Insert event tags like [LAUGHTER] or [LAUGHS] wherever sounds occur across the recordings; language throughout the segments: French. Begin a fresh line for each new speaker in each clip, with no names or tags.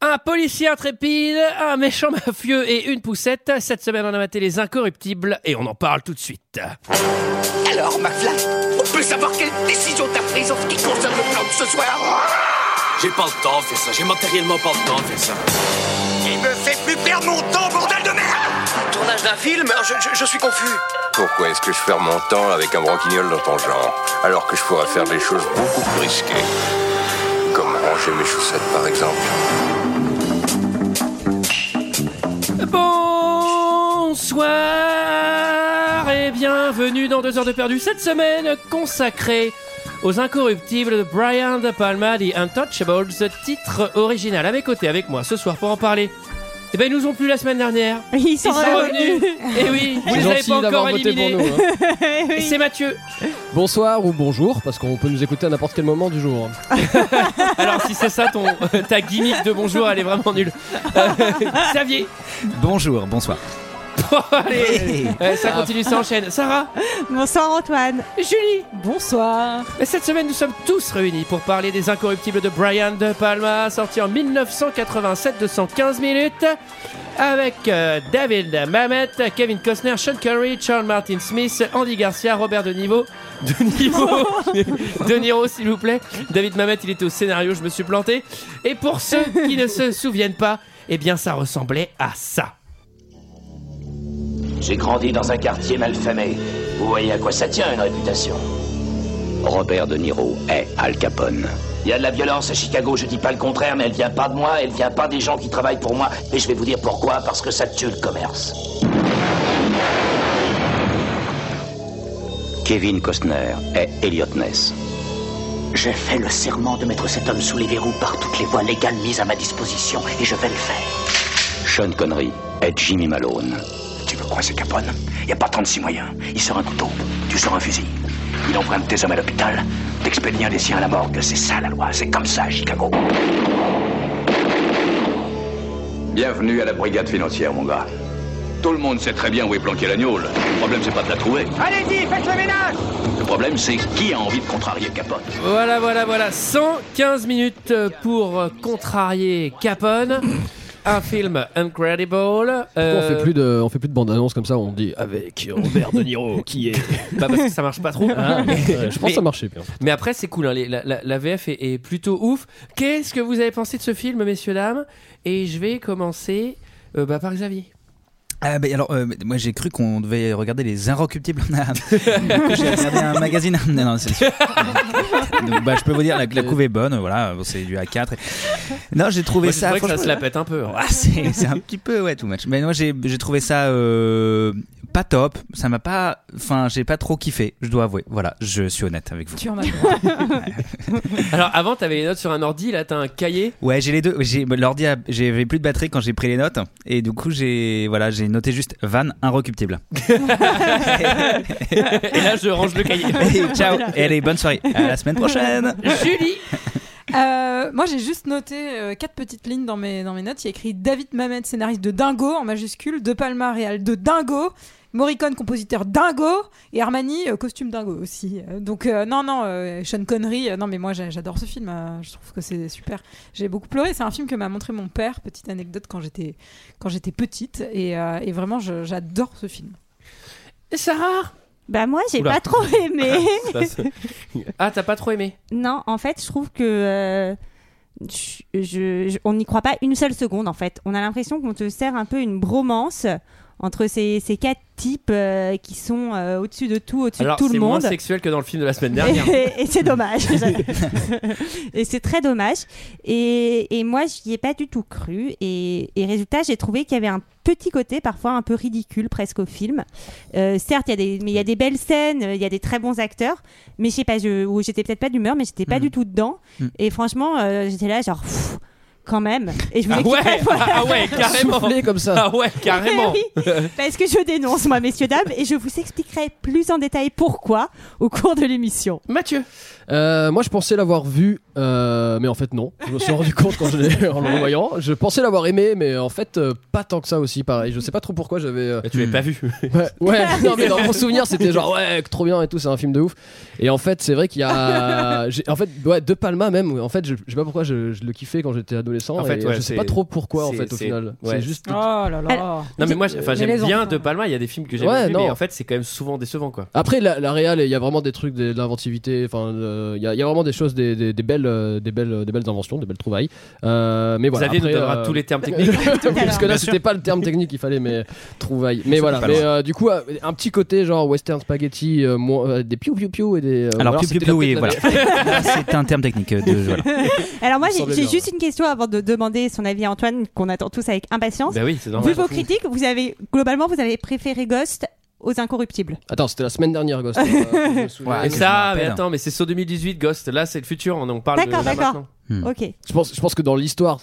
Un policier intrépide, un méchant mafieux et une poussette. Cette semaine, on a maté les incorruptibles et on en parle tout de suite.
Alors, McFly, on peut savoir quelle décision t'as prise en ce qui concerne le plan de ce soir
J'ai pas le temps de faire ça, j'ai matériellement pas le temps de faire ça.
Il me fait plus perdre mon temps, bordel de merde
Tournage d'un film je, je- je suis confus.
Pourquoi est-ce que je perds mon temps avec un branquignol dans ton genre, alors que je pourrais faire des choses beaucoup plus risquées Comme ranger mes chaussettes, par exemple.
Bonsoir et bienvenue dans 2 heures de perdu. Cette semaine consacrée aux incorruptibles de Brian De Palma, The Untouchables, titre original. À mes côtés, avec moi ce soir pour en parler. Eh ben, ils nous ont plu la semaine dernière.
Ils sont
Ils sont revenus.
revenus.
Et oui, vous
C'est
les avez
gentil
pas encore
d'avoir voté pour
éliminés.
nous.
[LAUGHS]
hein.
Et C'est Mathieu.
Bonsoir ou bonjour, parce qu'on peut nous écouter à n'importe quel moment du jour.
Alors si c'est ça ton [LAUGHS] ta gimmick de bonjour, elle est vraiment nulle. Euh, [LAUGHS] Xavier.
Bonjour, bonsoir.
Bon, allez, euh, ça continue, ça enchaîne. Sarah.
Bonsoir Antoine.
Julie.
Bonsoir.
Et Cette semaine, nous sommes tous réunis pour parler des incorruptibles de Brian De Palma, sorti en 1987 de 115 minutes, avec euh, David Mamet, Kevin Costner, Sean Connery, Charles Martin Smith, Andy Garcia, Robert De Niro, De Niro, De Niro, s'il vous plaît. David Mamet, il était au scénario, je me suis planté. Et pour ceux qui ne se souviennent pas, eh bien, ça ressemblait à ça.
J'ai grandi dans un quartier malfamé. Vous voyez à quoi ça tient une réputation. Robert De Niro est Al Capone. Il y a de la violence à Chicago, je dis pas le contraire, mais elle vient pas de moi, elle vient pas des gens qui travaillent pour moi. Et je vais vous dire pourquoi, parce que ça tue le commerce. Kevin Costner est Elliot Ness.
Je fais le serment de mettre cet homme sous les verrous par toutes les voies légales mises à ma disposition, et je vais le faire.
Sean Connery est Jimmy Malone.
Tu veux croiser Capone Y a pas 36 moyens. Il sort un couteau, tu sors un fusil. Il emprunte tes hommes à l'hôpital, t'expédie un des siens à la morgue. C'est ça la loi, c'est comme ça à Chicago.
Bienvenue à la brigade financière, mon gars. Tout le monde sait très bien où est planqué l'agneau. Le problème, c'est pas de la trouver.
Allez-y, faites le ménage
Le problème, c'est qui a envie de contrarier Capote.
Voilà, voilà, voilà. 115 minutes euh, pour contrarier Capone. [COUGHS] Un film incredible.
Pourquoi
Euh,
On fait plus de, on fait plus de bande annonce comme ça. On dit avec [LAUGHS] Robert De Niro qui est.
bah, parce que ça marche [LAUGHS] pas trop.
Ah, ouais, je pense
Mais-
que ça marchait bien.
Mais après, c'est cool. hein, les- la, la- la VF est, est plutôt ouf. Qu'est-ce que vous avez pensé de ce film, messieurs, dames Et je vais commencer euh, bah, par Xavier.
Ah, ben, alors, euh, moi j'ai cru qu'on devait regarder les inrecuptibles. j'ai regardé un magazine. non, non, c'est sûr. Donc, bah, je peux vous dire, la, la couve est bonne, voilà, bon, c'est du A4. Non, j'ai trouvé
Moi, je trouvais que
ça.
ça
franchement,
se la pète un peu. hein.
Ah, c'est c'est un petit peu ouais tout match. Mais moi j'ai j'ai trouvé ça euh, pas top. Ça m'a pas, enfin j'ai pas trop kiffé. Je dois avouer. Voilà, je suis honnête avec vous.
Tu en as
[LAUGHS]
[LAUGHS]
Alors, avant, t'avais les notes sur un ordi. Là, t'as un cahier.
Ouais, j'ai les deux. J'ai l'ordi, a- j'avais plus de batterie quand j'ai pris les notes et du coup j'ai voilà j'ai noté juste van inrecuptible.
[LAUGHS] Et là, je range le cahier.
[LAUGHS] Et ciao et allez bonne soirée. À la semaine prochaine.
Julie
Euh, moi, j'ai juste noté euh, quatre petites lignes dans mes, dans mes notes. Il y a écrit David Mamet, scénariste de Dingo en majuscule, De Palma, réal de Dingo, Morricone, compositeur Dingo, et Armani, euh, costume Dingo aussi. Euh, Donc, euh, non, non, euh, Sean Connery, euh, non, mais moi, j'a- j'adore ce film. euh, je trouve que c'est super. J'ai beaucoup pleuré. C'est un film que m'a montré mon père, petite anecdote, quand j'étais quand j'étais petite. Et, euh, et vraiment, je- j'adore ce film.
Et Sarah
Bah moi j'ai
Oula.
pas trop aimé.
Ah, t'as pas trop aimé
non, en fait, je trouve que euh, je- je- je- on n'y croit pas une seule seconde en fait. On a l'impression qu'on te sert un peu une bromance entre ces, ces quatre types euh, qui sont euh, au-dessus de tout, au-dessus de
Alors,
tout
c'est
le
moins
monde.
sexuel que dans le film de la semaine dernière.
[LAUGHS] Et, et c'est dommage. et c'est très dommage. Et, et moi, j'y ai pas du tout cru. Et, et résultat, j'ai trouvé qu'il y avait un petit côté parfois un peu ridicule presque au film. Euh, certes, il y a des, mais il y a des belles scènes, euh, il y a des très bons acteurs. Mais je sais pas, je, ou j'étais peut-être pas d'humeur, mais j'étais pas
Mm.
du tout dedans.
Mm.
Et franchement, euh, j'étais là genre. pff, quand même. Et je voulais
Ah
qu'il
ouais,
fasse- [LAUGHS] voilà.
ah ouais, carrément.
Souffler comme ça.
Ah ouais, carrément.
Eh oui, parce que je dénonce, moi, messieurs, dames, et je vous expliquerai plus en détail pourquoi au cours de l'émission.
Mathieu.
Euh, moi, je pensais l'avoir vu Euh, mais en fait non, je me suis rendu compte quand je l'ai- en le voyant. Je pensais l'avoir aimé, mais en fait euh, pas tant que ça aussi. Pareil, je sais pas trop pourquoi j'avais. euh,
tu l'avais pas vu.
Ouais, ouais, non mais dans mon souvenir c'était genre ouais trop bien et tout, c'est un film de ouf. Et en fait c'est vrai qu'il y
[LAUGHS]
a, j'ai- en fait ouais De Palma même. En fait je, je sais pas pourquoi je, je le kiffais quand j'étais adolescent.
En fait,
et
ouais,
je sais
c'est-
pas trop pourquoi en
c'est-
fait au
c'est-
final.
ouais.
C'est juste.
Oh là là.
Non mais moi j'- enfin,
Mais
j'aime
les
bien
enfants.
De Palma, il y a des films que j'aime
Ouais,
bien, mais
non.
en fait c'est quand même souvent décevant quoi.
Après, la, la réal, il y a vraiment des trucs, de, de l'inventivité. Enfin, euh, il y, a- il y a vraiment des choses, des, des- des belles, euh, des belles, des belles inventions, des belles trouvailles. Euh, mais voilà.
Xavier nous
après,
donnera
euh,
tous les
[LAUGHS]
termes [LAUGHS] techniques.
parce que
Bien
là,
sûr.
c'était pas le terme technique qu'il fallait, mais euh, trouvaille. Mais
C'est
voilà.
pas
Mais
loin.
euh, du coup, euh, un petit côté genre western spaghetti, euh, moins- euh, des piou piou piou et des. euh, ou
Alors, piou, piou,
c'était
piou,
la-
oui,
la-
voilà. [LAUGHS] C'est un terme technique euh, de. Voilà.
Alors moi,
Il me
j'ai
semblait
j'ai
bien,
juste une question avant de demander son avis à Antoine, qu'on attend tous avec
Ben,
impatience.
Bah oui, c'est normal.
Vu vos
Surtout.
critiques, vous avez globalement, vous avez préféré Ghost aux Incorruptibles.
Attends, c'était la semaine dernière, [LAUGHS] Ghost. hein, Ah,
mais ça, mais attends, mais c'est saut 2018 Ghost, là c'est le futur, on on parle de
D'accord,
là
d'accord.
maintenant.
Ok.
Je pense, je pense que dans l'histoire.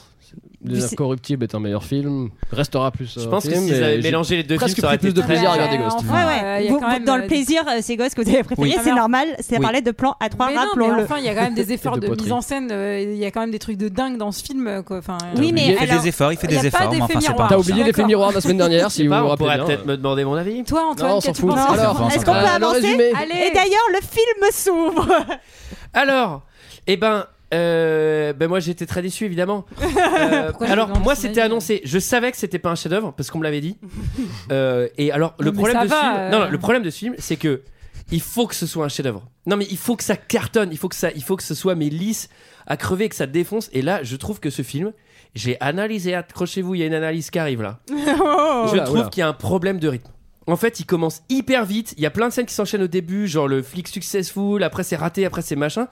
Mais
Les
c'est-
Incorruptibles est un meilleur film, restera plus. euh,
Je pense que s'ils avaient mélangé les deux films, ça aurait
presque plus
été
de
très
plaisir à
bien.
regarder Ghost.
Ouais, ouais.
euh, il y a
Vous-
quand
vous-
même,
dans
euh,
le plaisir, euh, c'est Ghost que vous avez préféré,
Oui.
c'est normal. Ça
Oui.
parlait de plan à trois,
Mais non, mais
rappelons-le.
enfin, il y a quand même
[LAUGHS]
des efforts
Et de
de, mise
poterie.
en scène. euh, Il y a quand même des trucs de dingue dans ce film. euh, Quoi. Enfin, euh,
Oui, mais
Il fait
alors,
des efforts, il fait
y a
des
pas
efforts, mais
d'effet
enfin, c'est
miroir.
pas.
T'as oublié l'effet
D'accord.
miroir la semaine dernière,
Je sais
si vous
pas,
vous
on
rappelez
pourrait
bien.
peut-être me demander mon avis.
toi, Antoine,
Non, on
qu'est-ce
s'en
que tu
fout.
penses
Alors,
est-ce qu'on peut
Euh, le
avancer
résumé.
Et
Allez.
d'ailleurs, le
[LAUGHS]
film s'ouvre.
Alors, eh ben, euh, ben moi j'étais très déçu
[LAUGHS]
évidemment. Euh,
Pourquoi j'ai
alors
demandé
moi
son
c'était
avis
annoncé, je savais que c'était pas un chef-d'œuvre parce qu'on me
[LAUGHS]
l'avait dit. Euh, et alors le
mais
problème
ça
de ce
va,
film,
euh.
non, non, le problème de ce film, c'est que il faut que ce soit un chef-d'œuvre. Non mais il faut que ça cartonne, il faut que ça, il faut que ce soit mais lisse à crever, que ça défonce. Et là, je trouve que ce film, j'ai analysé, accrochez-vous, il y a une analyse qui arrive là. Je
Oula,
trouve
oula.
qu'il y a un problème de rythme. En fait, il commence hyper vite. Il y a plein de scènes qui s'enchaînent au début, genre le flic successful, après c'est raté, après c'est machin.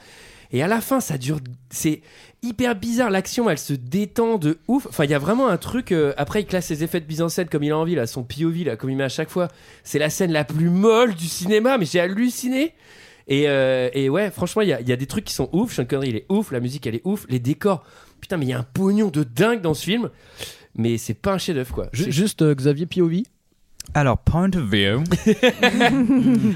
Et à la fin, ça dure. C'est hyper bizarre. L'action, elle se détend de ouf. Enfin, il y a vraiment un truc. euh, Après, il classe les effets de mise en scène comme il a envie, là, son POV, là, comme il met à chaque fois. C'est la scène la plus molle du cinéma, mais j'ai halluciné. Et, euh, et ouais, franchement, il y a, il y a des trucs qui sont ouf. Sean Connery, il est ouf. La musique, elle est ouf. Les décors. Putain, mais il y a un pognon de dingue dans ce film. Mais c'est pas un chef-d'œuvre, quoi.
Ju- Juste euh, Xavier Piovi.
Alors, point of
[LAUGHS]
view.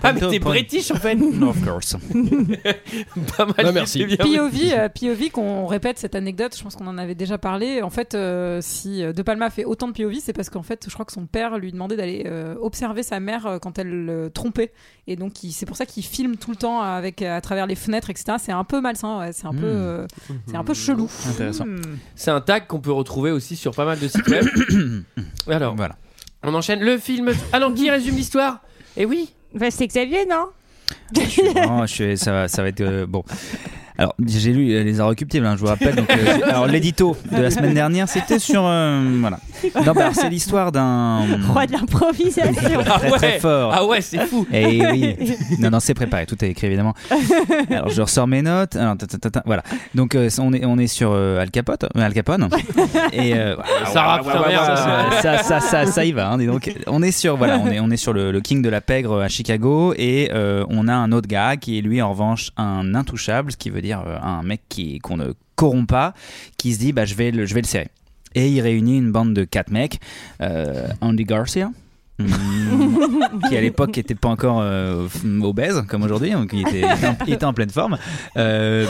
Ah, mais t'es british en fait!
No, of course.
[LAUGHS] Pas mal.
Bah,
dit,
merci.
c'est bien.
POV, euh, POV qu'on répète cette anecdote, je pense qu'on en avait déjà parlé. En fait, euh, si euh, De Palma fait autant de POV, c'est parce qu'en fait, je crois que son père lui demandait d'aller euh, observer sa mère euh, quand elle euh, trompait. Et donc, il- c'est pour ça qu'il filme tout le temps avec, à travers les fenêtres, etc. C'est un peu malsain, ouais. c'est un,
Mm.
peu, euh, c'est un peu chelou.
Intéressant.
C'est un tag qu'on peut retrouver aussi sur pas mal de sites web. [COUGHS]
[COUGHS]
Alors,
Voilà.
on enchaîne le film. Alors, qui résume l'histoire? Eh oui!
Bah, c'est Xavier, non
Non, je suis- ça, va- ça va être euh, bon. Alors, j'ai lu euh, les Inrecuptibles, hein, je vous rappelle. donc, euh, j'ai- alors, l'édito de la semaine dernière, c'était sur. euh, voilà. Non, bah, alors, c'est l'histoire d'un.
[LAUGHS] Roi de l'improvisation.
Ah
Très,
ouais!
très fort.
Ah ouais, c'est fou!
Eh oui. Non, non, c'est préparé, tout est écrit évidemment. Alors, je ressors mes notes. Alors, ta, ta, ta, ta, voilà. Donc, euh, on est, on est sur euh, Al Capote, euh, Al Capone. Et euh,
Ça rappe, putain, merde.
ça, ça, ça, ça, ça y va. hein, dis donc, [LAUGHS] on est sur, voilà, on est, on est sur le, le King de la pègre à Chicago et euh, on a un autre gars qui est lui en revanche un intouchable, ce qui veut dire euh, un mec qui qu'on ne corrompt pas, qui se dit bah je vais le, je vais le serrer. Et il réunit une bande de quatre mecs, euh, Andy Garcia. hmm, qui à l'époque n'était pas encore euh, f- obèse comme aujourd'hui, donc il était, il était en, il était en pleine forme. Euh,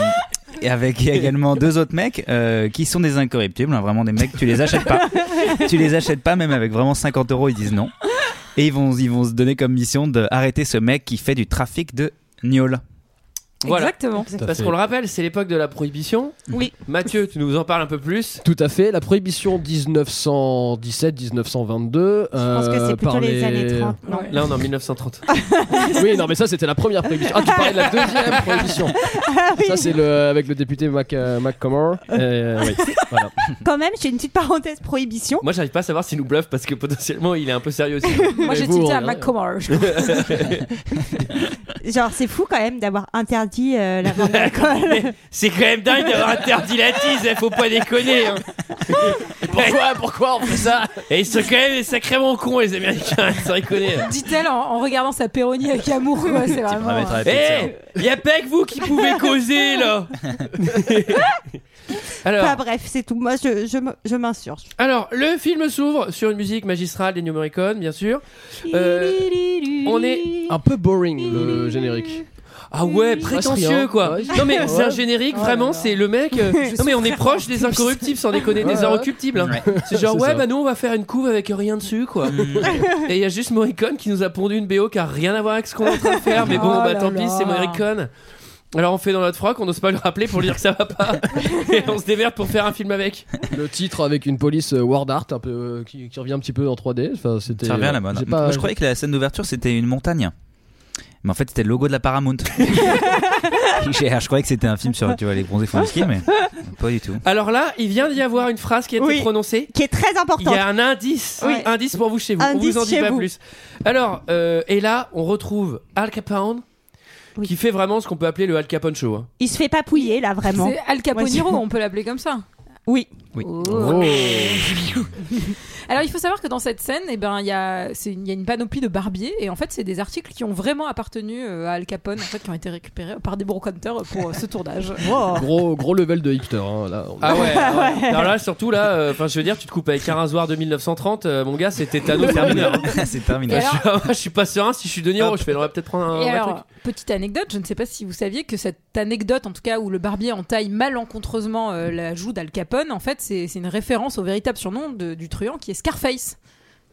et avec également deux autres mecs euh, qui sont des incorruptibles, hein, vraiment des mecs, tu les achètes pas tu les achètes pas, même avec vraiment 50 euros, ils disent non. Et ils vont, ils vont se donner comme mission d'arrêter ce mec qui fait du trafic de gnôle.
Voilà.
Exactement.
Parce qu'on le rappelle, c'est l'époque de la prohibition.
Oui.
Mathieu, tu nous en parles un peu plus?
Tout à fait, la prohibition 1917-1922.
Je pense que c'est plutôt
euh, par
les... années 30. Non.
Ouais.
Là, on est en 1930.
[LAUGHS] Oui, non, mais ça c'était la première prohibition. Ah, tu parlais de la deuxième
[LAUGHS]
prohibition.
Ah
Ça c'est le avec le député Mac euh,
[LAUGHS]
McComber. Euh, oui, voilà.
Quand même, j'ai une petite parenthèse prohibition.
Moi, j'arrive pas à savoir s'il nous bluffe parce que potentiellement, il est un peu sérieux aussi.
Moi,
Mais
j'ai
vous,
tilté à
regardez.
McComber. je [LAUGHS]
Genre, c'est fou quand même d'avoir interdit euh, la vente
[LAUGHS]
d'alcool.
C'est quand même dingue d'avoir interdit la tease, hein, faut pas déconner. hein.
Pourquoi, pourquoi on fait ça
Et ils sont quand même sacrément cons, les Américains, sans déconner.
Ah,
crois. Dit-elle en, en regardant sa péronie avec amour. [LAUGHS] quoi, C'est vraiment.
Ah,
euh,
Eh, y'a pas que vous qui pouvez causer là.
Enfin
alors,
euh, bref, c'est tout. Moi, je, je, me- je m'insurge.
alors, le film s'ouvre sur une musique magistrale des New Morricone, bien sûr. Euh, on est-
Un peu boring le générique.
Ah ouais,
Il se passe
prétentieux
rien.
quoi.
Ouais,
Non mais
ouais. Oh
c'est un générique, vraiment, c'est le mec. euh,
[LAUGHS] Je
Non mais on est
souffre
proche
en
des
plus.
incorruptibles sans déconner,
Ouais,
des
ouais.
inrecuptibles. hein. C'est genre,
C'est
ouais,
ça. Mm.
bah nous on va faire une couve avec rien dessus quoi. Et il y a juste Morricone qui nous a pondu une BO qui a rien à voir avec ce qu'on est en train de faire, mais bon,
Oh
bah
là
tant pis,
là.
c'est Morricone. Alors on fait dans notre froc, on n'ose pas le rappeler pour lui dire que ça va
[LAUGHS]
pas. Et on se déverte pour faire un film avec.
Le titre avec une police euh, Ward Art un peu, euh, qui, qui revient un petit peu en 3D. Enfin, c'était,
Ça revient à la
j'ai
mode.
pas-
Moi, je croyais que la scène d'ouverture c'était une montagne. Mais en fait, c'était le logo de la Paramount. J'ai- ah, je croyais que c'était un film sur tu vois, les bronzés fonds de ski, mais pas du tout.
Alors là, il vient d'y avoir une phrase qui a été
Oui.
prononcée.
Qui est très
Il
importante.
y a un indice,
Oui.
indice pour vous chez vous.
Indice
on vous en dit
chez
pas
vous.
plus. Alors, euh, et là, on retrouve Al Capone, qui fait vraiment ce qu'on peut appeler le Al Capone Show. hein.
Il se fait papouiller là vraiment.
C'est Al Caponiro, on peut l'appeler comme ça. Oh.
Oui.
Oui. Oh.
[LAUGHS] Alors il faut savoir que dans cette scène, eh ben, il y, a, c'est une- il y a une panoplie de barbiers et en fait c'est des articles qui ont vraiment appartenu euh, à Al Capone, en fait, qui ont été récupérés par des brocanteurs pour euh, ce tournage.
Gros, gros level de hipster. hein, là, on-
Ah ouais, [LAUGHS] ouais. Alors là, surtout là, euh, enfin, je veux dire, tu te coupes avec un rasoir de 1930, euh, mon gars, c'était Thanos
Ah
Terminator.
[LAUGHS] c'est terminé.
[LAUGHS] Je suis- je suis pas serein si je suis De Niro, je fais, on va peut-être prendre un,
Et
vrai
alors,
truc.
petite anecdote, je ne sais pas si vous saviez que cette anecdote, en tout cas, où le barbier entaille malencontreusement euh, la joue d'Al Capone, en fait, c'est c'est une référence au véritable surnom de- du truand qui est Scarface.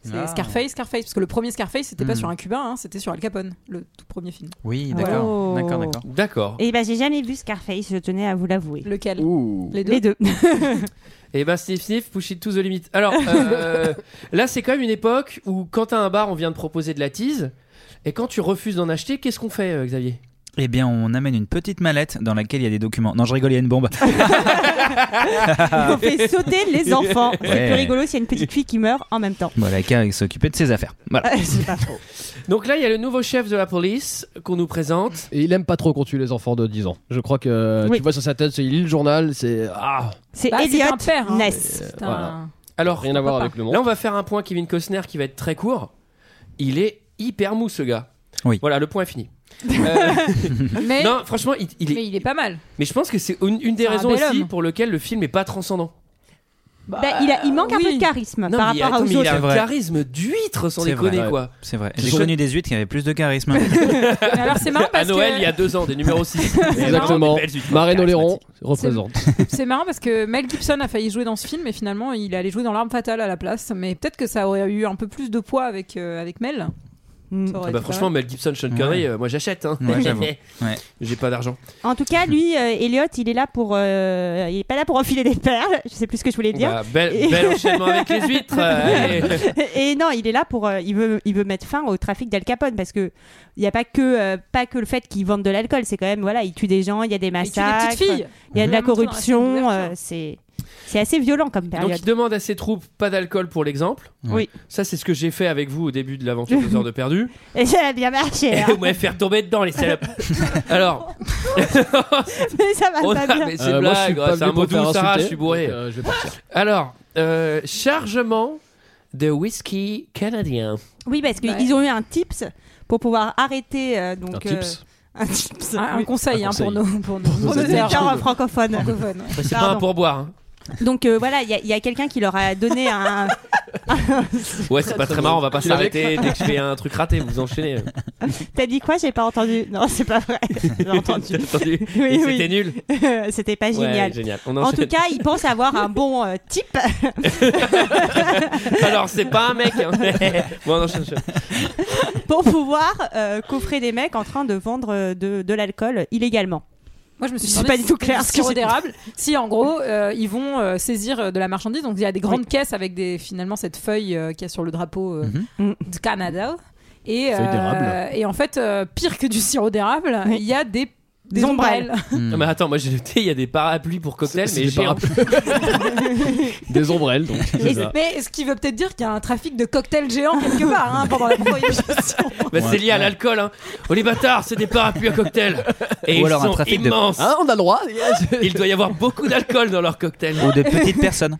C'est
Ah.
Scarface, Scarface, parce que le premier Scarface, c'était pas hein
Hmm.
sur un Cubain, hein, c'était sur Al Capone, le tout premier film.
Oui, d'accord.
Oh.
D'accord, d'accord.
D'accord.
Et bah j'ai jamais vu Scarface, je tenais à vous l'avouer.
Lequel Les deux.
Les deux.
Et ben sniff sniff, push it to the limit. Alors euh, là, c'est quand même une époque où quand t'as un bar, on vient de proposer de la tease. Et quand tu refuses d'en acheter, qu'est-ce qu'on fait, euh, Xavier
Eh bien, on amène une petite mallette dans laquelle il y a des documents. Non, je rigole, il y a une bombe.
Ah.
[LAUGHS] On fait sauter
[LAUGHS]
les enfants. C'est
Ouais.
plus rigolo s'il y a une petite fille qui meurt en même temps.
Voilà, qui s'occupait de ses affaires. Voilà.
C'est pas faux.
Donc là, il y a le nouveau chef de la police qu'on nous présente.
Et il aime pas trop qu'on tue les enfants de 10 ans. Je crois que
Oui.
tu vois sur sa tête, c'est- il lit le journal, c'est. Ah
C'est
Bah,
Elliot
c'est un père. hein.
Ness.
C'est
Voilà.
un-
Alors
Rien à voir
pas.
avec le monde.
là, on va faire un point Kevin Costner qui va être très court. Il est hyper mou, ce gars.
Oui.
Voilà, le point est fini. Euh,
Mais,
non, franchement, il, il est.
mais il est pas mal.
Mais je pense que c'est une, une des
C'est un
raisons
bel
aussi
homme.
pour lequel le film est pas transcendant.
Bah, il, a- il manque un
oui.
peu de charisme
Non,
par
mais
rapport
attends,
à
mais
aux
il
autres.
a
C'est
un
vrai.
charisme d'huître sans
C'est
déconner
vrai.
quoi.
C'est vrai.
Ce
J'ai
sont-
connu des 8 qui avaient plus de charisme. [LAUGHS]
Mais alors c'est
[LAUGHS]
marrant
À
parce
Noël,
que
il y a deux ans, des numéros
[LAUGHS]
6.
Exactement. Marine Oléron représente.
c'est marrant parce que Mel Gibson a failli jouer dans ce film, mais finalement il allait jouer dans L'Arme Fatale à la place. Mais peut-être que ça aurait eu un peu plus de poids avec euh, avec Mel.
Mm.
Ça aurait
Ah bah
été pas
franchement, Mel Gibson, Sean Connery, euh, moi j'achète. Hein. [LAUGHS]
Ouais, j'avoue.
J'ai pas d'argent.
En tout cas, lui, euh, Elliot, il est là pour. euh, il est pas là pour enfiler des perles. Je sais plus ce que je
Eh
voulais dire.
Bah, bel,
[LAUGHS]
Et-
bel enchaînement avec les huîtres. euh, allez.
[LAUGHS] Et non, il est là pour. euh, il veut, il veut mettre fin au trafic d'Al Capone parce que il y a pas que, euh, pas que le fait qu'ils vendent de l'alcool. C'est quand même voilà, ils tuent des gens, il y a des
mal. Et tu les
massacres,
petites filles.
il y a de
Vraiment, dans la
la
scène
corruption.
d'ouverture.
euh, C'est, c'est assez violent comme
Donc
période.
il demande à ses troupes pas d'alcool pour l'exemple.
Oui.
Ça c'est ce que j'ai fait avec vous au début de l'aventure deux heures de perdu.
[LAUGHS] [LAUGHS] Et ça a bien marché.
[LAUGHS] Et
hein.
vous m'avez fait tomber dedans les salopes. [LAUGHS]
[LAUGHS]
Alors,
mais [LAUGHS] ça va
on
Ah, pas
a- [LAUGHS]
bien.
mais c'est
Euh,
une
moi, je suis
blague.
pas
C'est un
venu
mot
pour faire
doux, Sarah.
insulter,
Je suis bourré.
donc, euh, je vais partir.
Alors, euh, chargement de whisky canadien.
Oui, parce qu'ils
Bah, Ouais.
ont eu un tips pour pouvoir arrêter euh, donc
Un
euh,
tips.
un tips.
Un, un conseil,
Un
hein, pour
conseil.
nos pour nos
Pour nos
auditeurs
auditeurs francophones.
francophones.
Enfin, C'est pas
Pardon.
un pourboire. hein.
Donc euh, voilà, il y a- il y a, quelqu'un qui leur a donné un.
Ouais, c'est pas très marrant. On va pas
Tu l'avais
s'arrêter dès que je fais un truc raté. Vous enchaînez.
[LAUGHS] T'as dit quoi J'ai pas entendu. Non, c'est pas vrai. J'ai entendu. [LAUGHS]
J'ai entendu.
Oui,
Et
oui.
C'était nul.
C'était pas
Ouais,
génial.
génial. On
en
enchaîne.
tout cas, ils pensent avoir un bon euh, type.
Alors, c'est pas un mec. hein. [LAUGHS] bon, on enchaîne. enchaîne.
pour pouvoir euh, coffrer des mecs en train de vendre euh, de, de l'alcool illégalement.
Moi, je me suis
Je suis
demandé si
pas du tout
c'était
claire
du
ce que
sirop
j'ai dit.
d'érable. Si, en gros, euh, ils vont euh, saisir euh, de la marchandise. Donc, il y a des grandes caisses avec des, finalement cette feuille euh, qu'il y a sur le drapeau euh,
Mhm.
du Canada. Et,
Feuille
euh,
d'érable.
et en fait, euh, pire que du sirop d'érable,
Oui.
il y a des,
Des ombrelles.
Non, mais attends, moi j'ai noté, il y a des parapluies pour cocktail,
C'est-
mais
c'est
j'ai
pas- Des ombrelles, donc. [LAUGHS]
Et-
c'est ça.
Mais ce qui veut peut-être dire qu'il y a un trafic de cocktails géants
[LAUGHS]
quelque part hein, pendant la prohibition.
Bah, c'est lié à l'alcool. Hein. Oh les bâtards, c'est des parapluies à [LAUGHS] cocktail. Et
Ou
ils
alors un
sont
trafic de-
immenses.
Hein, on a le droit.
Il doit y avoir beaucoup d'alcool dans leur cocktail.
Ou de petites personnes.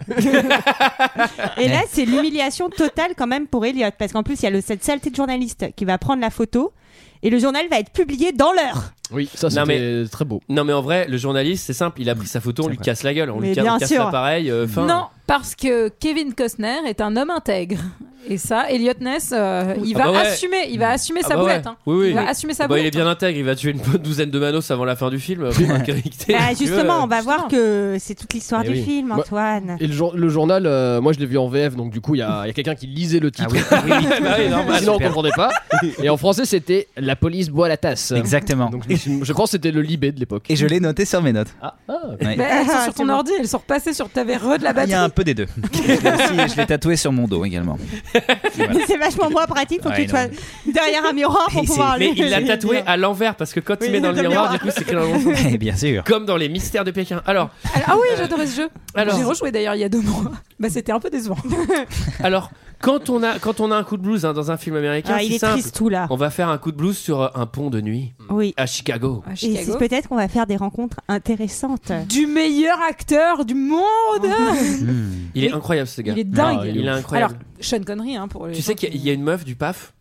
Et là, c'est l'humiliation totale quand même pour Elliot. Parce qu'en plus, il y a le, cette saleté de journaliste qui va prendre la photo. Et le journal va être publié dans l'heure.
Oui, ça
Non,
c'était très beau.
Non mais en vrai, le journaliste, c'est simple, il a pris sa photo, on
C'est
lui
vrai.
casse la gueule, on lui
Mais
casse, on
bien
casse
sûr.
l'appareil. euh, fin.
non, parce que Kevin Costner est un homme intègre. Et ça, Elliot Ness, euh, il
Ah
va
bah ouais.
assumer, il va assumer
Ah
sa
bah
boulette.
ouais.
hein.
Oui, oui.
Il va assumer sa
Bah, il est
boulette.
hein.
bien intègre, il va tuer une bonne douzaine de manos avant la fin du film.
[LAUGHS]
pour la vérité,
Bah,
si tu veux.
justement, on va voir que c'est toute l'histoire
Eh
du
oui.
film,
Bah,
Antoine.
Et le, jour- le journal, euh, moi je l'ai vu en VF, donc du coup il y a, il y a quelqu'un qui lisait le
Ah
titre. [LAUGHS]
Bah oui, normal.
Sinon on
Super.
comprenait [LAUGHS] pas. Et en français c'était La police boit la tasse.
Exactement.
Donc, je, me suis- je pense que c'était le Libé de l'époque.
Et je l'ai noté sur mes notes. Ouais.
Eh,
[LAUGHS]
Bah, elles sont sur ton ordi, elles sont repassées sur ta verre de la
Ah, Il y a un
batterie.
peu des deux. je l'ai aussi- je l'ai tatoué sur mon dos également.
Mais c'est vachement moins pratique pour que
Ouais,
tu sois derrière un miroir pour
Et
pouvoir
euh. Mais
aller.
il
[LAUGHS]
l'a tatoué à l'envers parce que quand
Oui,
il met dans le
dans le
miroir,
miroir.
du coup, c'est écrit dans
[LAUGHS]
l'envers.
Eh bien sûr.
Comme dans les mystères de Pékin. Alors,
Alors- Ah oui, j'adorais ce jeu.
Alors-
J'ai rejoué d'ailleurs il y a deux mois. Bah, c'était un peu décevant.
alors quand, on a, quand on a un coup de blues hein, dans un film américain,
Ah,
c'est
il est
simple.
triste tout là.
On va faire un coup de blues sur euh, un pont de nuit
Oui.
à Chicago.
À
Et c'est
Chicago.
peut-être qu'on va faire des rencontres intéressantes.
Du meilleur acteur du monde.
Hmm.
Il est incroyable ce gars.
Il est dingue.
Ah,
Il est
Alors,
incroyable.
Sean Connery, hein, pour les
tu sais
gens qui-
qu'il y a- il y a une meuf du PAF,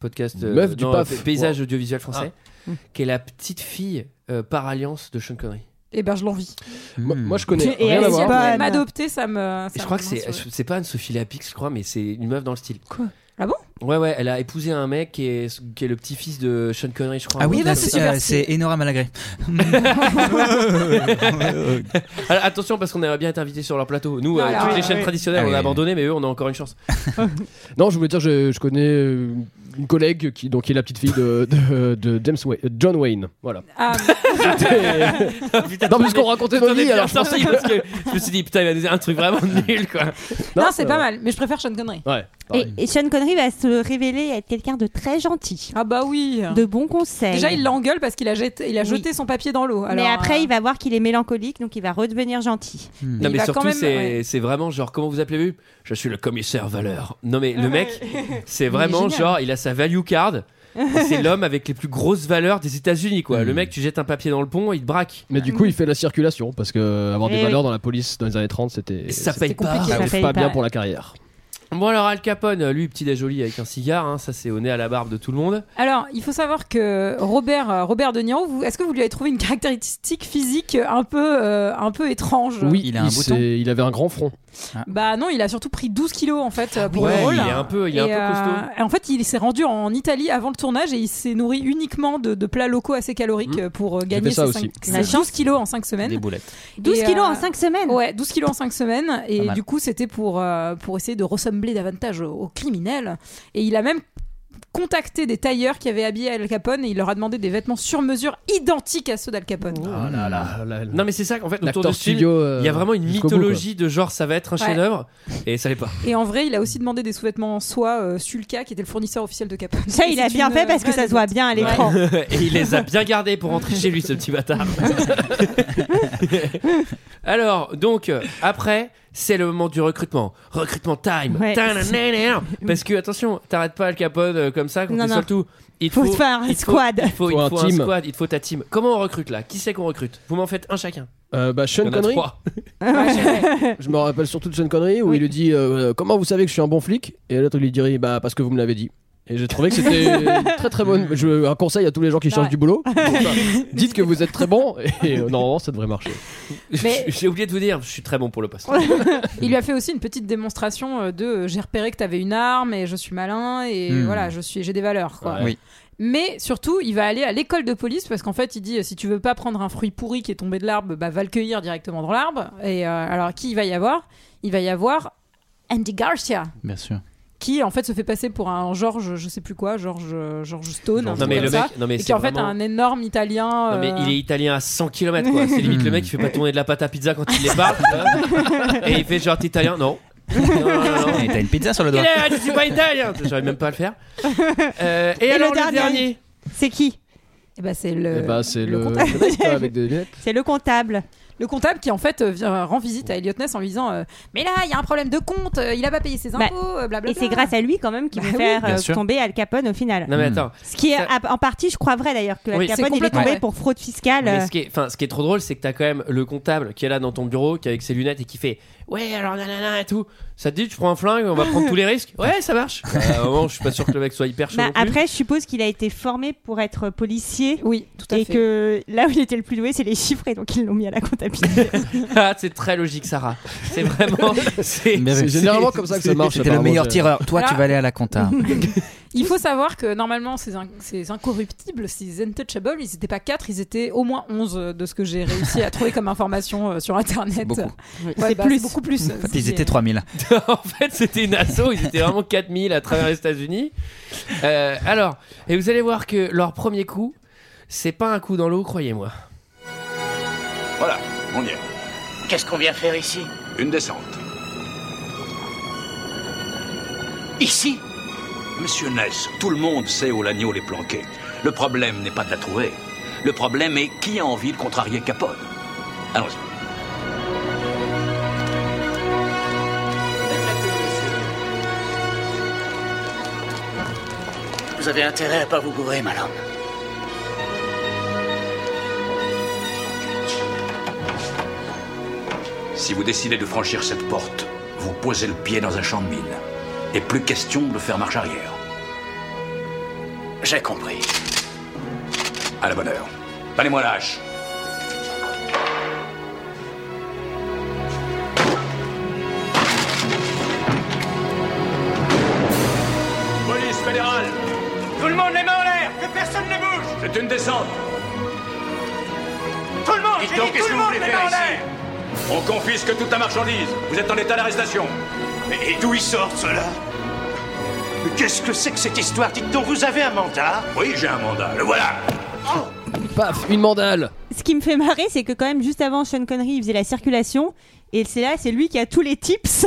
podcast euh,
Meuf du
non,
PAF.
p- paysage audiovisuel français,
Ah. Hmm.
qui est la petite fille euh, par alliance de Sean Connery.
Eh ben, je l'envie.
Moi, moi, je
Et
connais rien
elle
à
est
Si elle
voir.
bonne.
pouvait m'adopter, ça me. ça
Et je crois que
me
c'est
rassurait.
c'est pas Anne-Sophie Lapix, je crois, mais c'est une meuf dans le style.
Quoi Ah bon
Ouais, ouais, elle a épousé un mec qui est, qui est le petit-fils de Sean Connery, je crois.
Ah oui,
Ouais,
bah,
comme
c'est
ça.
euh, c'est Enora Malagré.
Alors, attention, parce qu'on aimerait bien être invité sur leur plateau. Nous, euh,
Voilà.
toutes les
Ouais,
chaînes
ouais.
traditionnelles,
Ah
on
oui.
a abandonné, mais eux, on a encore une chance.
Non, je voulais dire, je, je connais euh, une collègue qui, donc, qui est la petite fille de, de- de James Wayne, euh, John Wayne. Voilà.
Ah,
[LAUGHS]
Putain,
Non, parce qu'on racontait
J'en
nos
ai
vies.
bien
Alors, je
sorti parce que je me suis dit, putain, il va nous dire un truc vraiment [LAUGHS] nul, quoi.
non,
Non,
c'est
ça
pas
va.
mal, mais je préfère Sean Connery.
Ouais.
Et,
pareil.
et Sean Connery va se révéler être quelqu'un de très gentil,
Ah bah oui.
de bons conseils.
Déjà, il l'engueule parce qu'il a jeté, il a
Oui.
jeté son papier dans l'eau. euh,
Mais après, il va voir qu'il est mélancolique, donc il va redevenir gentil.
Mm.
Non,
Il
mais
va
surtout,
quand même-
c'est
ouais.
c'est vraiment genre, comment vous appelez-vous Je suis le commissaire Valeur. Non, mais le mec,
[LAUGHS]
c'est
Il
vraiment
est génial.
genre, il a sa value card. et C'est l'homme avec les plus grosses valeurs des États-Unis,
Mm.
quoi. Le mec, tu jettes un papier dans le pont, il te braque.
Mais du coup, il fait la circulation parce que avoir
Eh
des
oui.
valeurs dans la police dans les années 30, c'était.
Et ça
c'était
paye pas. Ah
compliqué.
Ça
pas
paye pas.
bien pour la carrière.
Bon, alors Al Capone, lui, petit déjoli avec un cigare, hein, ça c'est au nez à la barbe de tout le monde.
Alors, il faut savoir que Robert, euh, Robert De Niro, vous- est-ce que vous lui avez trouvé une caractéristique physique un peu, euh, un peu étrange
Oui,
Il a un bouton
s'est- il avait un grand front.
Bah non, il a surtout pris 12 kilos en fait euh, pour
ouais,
le rôle.
il est un peu, il est
Et,
un peu costaud.
euh, en fait, il s'est rendu en Italie avant le tournage et il s'est nourri uniquement de, de plats locaux assez caloriques
Mmh.
euh, pour euh,
fait
gagner
ça
ses
aussi.
cinq- ses
La
12 kilos en 5 semaines.
Des boulettes.
12
Et,
kilos
euh,
en 5 semaines
Ouais, 12 kilos en 5 semaines.
Pas
Et
mal.
du coup, c'était pour, euh, pour essayer de ressembler davantage aux, aux criminels. Et il a même contacté des tailleurs qui avaient habillé Al Capone et il leur a demandé des vêtements sur mesure identiques à ceux d'Al Capone.
Ah là là, là, là.
Non, mais c'est ça qu'en fait, autour de
L'acteur
ce film,
studio. euh,
il y a vraiment une
jusqu'au bout, quoi.
mythologie de genre, ça va être un
Ouais.
chef-d'œuvre, et ça l'est pas.
Oh.
Et en vrai, il a aussi demandé des sous-vêtements en soie euh, Sulca, qui était le fournisseur officiel de Capone.
Ça, il
Et
a
c'est
bien
une,
fait parce que
vraie
ça se voit bien à l'écran. [LAUGHS]
[LAUGHS] et il les a bien gardés pour rentrer chez lui, ce petit bâtard. [LAUGHS] Alors, donc, euh, après, c'est le moment du recrutement. Recrutement time.
Ouais. [LAUGHS]
Ta-na-na-na. Parce que, attention, t'arrêtes pas le capone euh, comme ça quand
Non,
t'es
non.
seul tout. Il te
Faut se faire un
il te faut-
squad.
Il faut, il
Faut un
te faut un
team.
squad, il te faut ta team. Comment on recrute là Qui c'est qu'on recrute Vous m'en faites un chacun.
Euh, bah,
Il y
Sean
en a
Connery.
trois. [LAUGHS]
Je me rappelle surtout de Sean Connery où il lui dit euh, Comment vous savez que je suis un bon flic Et l'autre il lui dirait Bah parce que vous me l'avez dit. Et j'ai trouvé que c'était
[LAUGHS]
une très très bonne. Je, un conseil à tous les gens qui
Bah Ouais.
changent du boulot bah,
[LAUGHS]
dites que vous êtes très bon et euh, normalement ça devrait marcher.
Mais-
J'ai oublié de vous dire, je suis très bon pour le poste.
Il lui a fait aussi une petite démonstration euh, de euh, j'ai repéré que t'avais une arme et je suis malin et
Hmm.
voilà je suis j'ai des valeurs quoi.
Ouais.
Oui.
Mais surtout il va aller à l'école de police parce qu'en fait il dit euh, si tu veux pas prendre un fruit pourri qui est tombé de l'arbre bah va le cueillir directement dans l'arbre et euh, alors qui il va y avoir Il va y avoir Andy Garcia
Bien sûr.
qui en fait se fait passer pour un George je sais plus quoi George euh, George Stone
Non
un truc
mais
comme
le
ça,
mec, non mais
et
c'est
qui en fait
vraiment-
a un énorme italien
Non mais
euh,
il est italien à 100 km quoi. C'est limite le mec qui
[LAUGHS]
fait pas tourner de la pâte à pizza quand il les parle. tu vois. et il fait genre t'es italien Non. Non, non, non.
Et t'as une pizza sur le
Il
doigt.
[LAUGHS] est- je suis pas italien. J'arrive même pas à le
[LAUGHS]
faire. Euh, et,
Et
alors
le
le
dernier
dernier.
C'est qui
eh ben, c'est le
et bah c'est
le
le.
comptable.
le mec, quoi, avec des [LAUGHS] lunettes.
C'est le comptable.
Le comptable qui en fait euh, vient, rend visite à Elliot Ness en lui disant euh, Mais là, il y a un problème de compte, euh, il a pas payé ses impôts,
Bah,
euh, blablabla.
Et c'est grâce à lui quand même qu'il
Bah
va
oui.
faire
Bien
euh,
sûr.
tomber Al Capone au final.
Non mais
Hmm.
attends.
Ce qui est
Ça-
à- en partie, je crois vrai d'ailleurs, que Al
Oui, c'est
Capone il est
complètement
tombé
vrai.
pour fraude fiscale. euh,
Mais ce qui est, enfin ce qui est trop drôle c'est que t'as quand même le comptable qui est là dans ton bureau qui est avec ses lunettes et qui fait ouais, alors nanana et tout. Ça te dit, tu prends un flingue, on va prendre tous les
[LAUGHS]
risques Ouais, ça marche. Euh, au moment, je suis pas sûr que le mec soit hyper chaud.
Bah,
non plus.
après, je suppose qu'il a été formé pour être policier.
Oui, tout à
et
fait.
que là où il était le plus doué, c'est les chiffres, et donc ils l'ont mis à la comptabilité.
Ah, c'est très logique, Sarah. C'est
[LAUGHS]
vraiment. [LAUGHS] C'est
Bien vu.
c'est-
généralement comme ça que ça marche,
C'était le
apparemment,
meilleur
je-
tireur. Toi, tu
Voilà.
vas aller à la compta.
[LAUGHS] Il faut savoir que normalement, ces, in- ces incorruptibles, ces untouchables, ils n'étaient pas 4, ils étaient au moins 11 euh, de ce que j'ai réussi à trouver comme information euh, sur Internet.
Beaucoup.
Ouais,
C'est
bah,
plus.
beaucoup plus.
En fait, ils étaient 3000.
[LAUGHS] en fait, c'était une asso, ils étaient vraiment 4000 à travers les États-Unis. Euh, alors, et vous allez voir que leur premier coup, c'est pas un coup dans l'eau, croyez-moi.
Voilà, on y est.
Qu'est-ce qu'on vient faire ici
Une descente.
Ici
Monsieur Ness, tout le monde sait où l'agneau est planqué. Le problème n'est pas de la trouver. Le problème est qui a envie de contrarier Capone. Allons-y.
Vous avez intérêt à pas vous gourer, madame.
Si vous décidez de franchir cette porte, vous posez le pied dans un champ de mine. Et plus question de faire marche arrière.
J'ai compris.
À la bonne heure. Donnez-moi la hache. Police fédérale
Tout le monde les mains en l'air Que personne ne bouge
C'est une descente
Tout le monde
Dites
J'ai
donc,
dit
qu'est-ce
tout
que
le
vous
monde
voulez
les
faire
mains en
ici
l'air
On confisque toute ta marchandise Vous êtes en état d'arrestation
Mais et d'où ils sortent, ceux-là Mais Qu'est-ce que c'est que cette histoire Dites donc, vous avez un mandat
Oui, j'ai un mandat, le voilà
Paf, une mandale.
Ce qui me fait marrer, c'est que quand même, juste avant, Sean Connery, il faisait la circulation. Et c'est là, c'est lui qui a tous les tips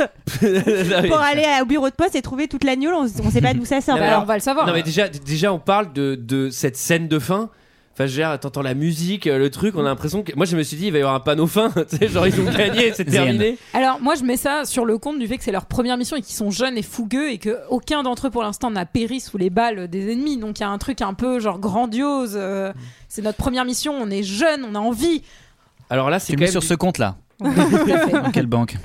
[LAUGHS]
Ah
pour aller à- au bureau de poste et trouver toute la gnôle. On, on sait pas d'où ça sort.
Non, mais
alors,
alors-
on va le savoir.
Non, mais déjà, déjà on parle de, de cette scène de fin. Enfin, je veux dire, t'entends la musique, euh, le truc, on a l'impression que. Moi, je me suis dit, il va y avoir un panneau fin, [LAUGHS] tu sais, genre ils ont gagné, c'est
The
terminé.
Alors, moi, je mets ça sur le compte du fait que c'est leur première mission et qu'ils sont jeunes et fougueux et que aucun d'entre eux, pour l'instant, n'a péri sous les balles des ennemis. Donc, il y a un truc un peu, genre, grandiose. euh, c'est notre première mission, on est jeunes, on a envie.
Alors là, c'est
Tu
quand
le mets
même.
sur
du-
ce compte-là. Dans quelle banque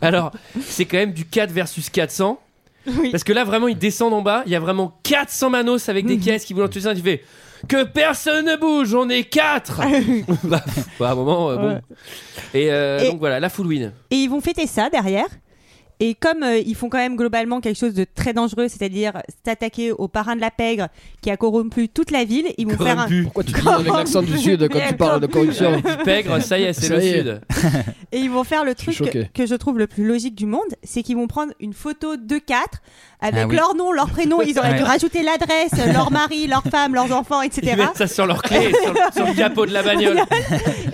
Alors, c'est quand même du 4 versus 400.
Oui.
Parce que là, vraiment, ils descendent en bas. Il y a vraiment 400 manos avec des caisses qui voulant tuer ça. Tu fais que personne ne bouge, on est 4 [LAUGHS] bah, bah, à un moment, euh, bon.
Ouais.
Et, euh,
Et-
donc voilà, la full win.
Et ils vont fêter ça derrière. Et comme euh, ils font quand même globalement quelque chose de très dangereux, c'est-à-dire s'attaquer au parrain de la pègre qui a corrompu toute la ville, ils vont faire un...
Corrompu.
Pourquoi tu dis avec l'accent du sud quand tu parles de corruption
Pègre, ça y est, c'est
Ça
le
y est.
sud.
et ils vont faire le
Je suis
truc que,
choqué.
que je trouve le plus logique du monde, c'est qu'ils vont prendre une photo de quatre avec
Ah oui.
leur nom, leur prénom, ils auraient dû
Ouais.
rajouter l'adresse, leur mari, leur femme, leurs enfants,
Ils
etc.
[LAUGHS]
mettent ça sur leur
[LAUGHS]
clé, sur, le- sur le capot de la bagnole.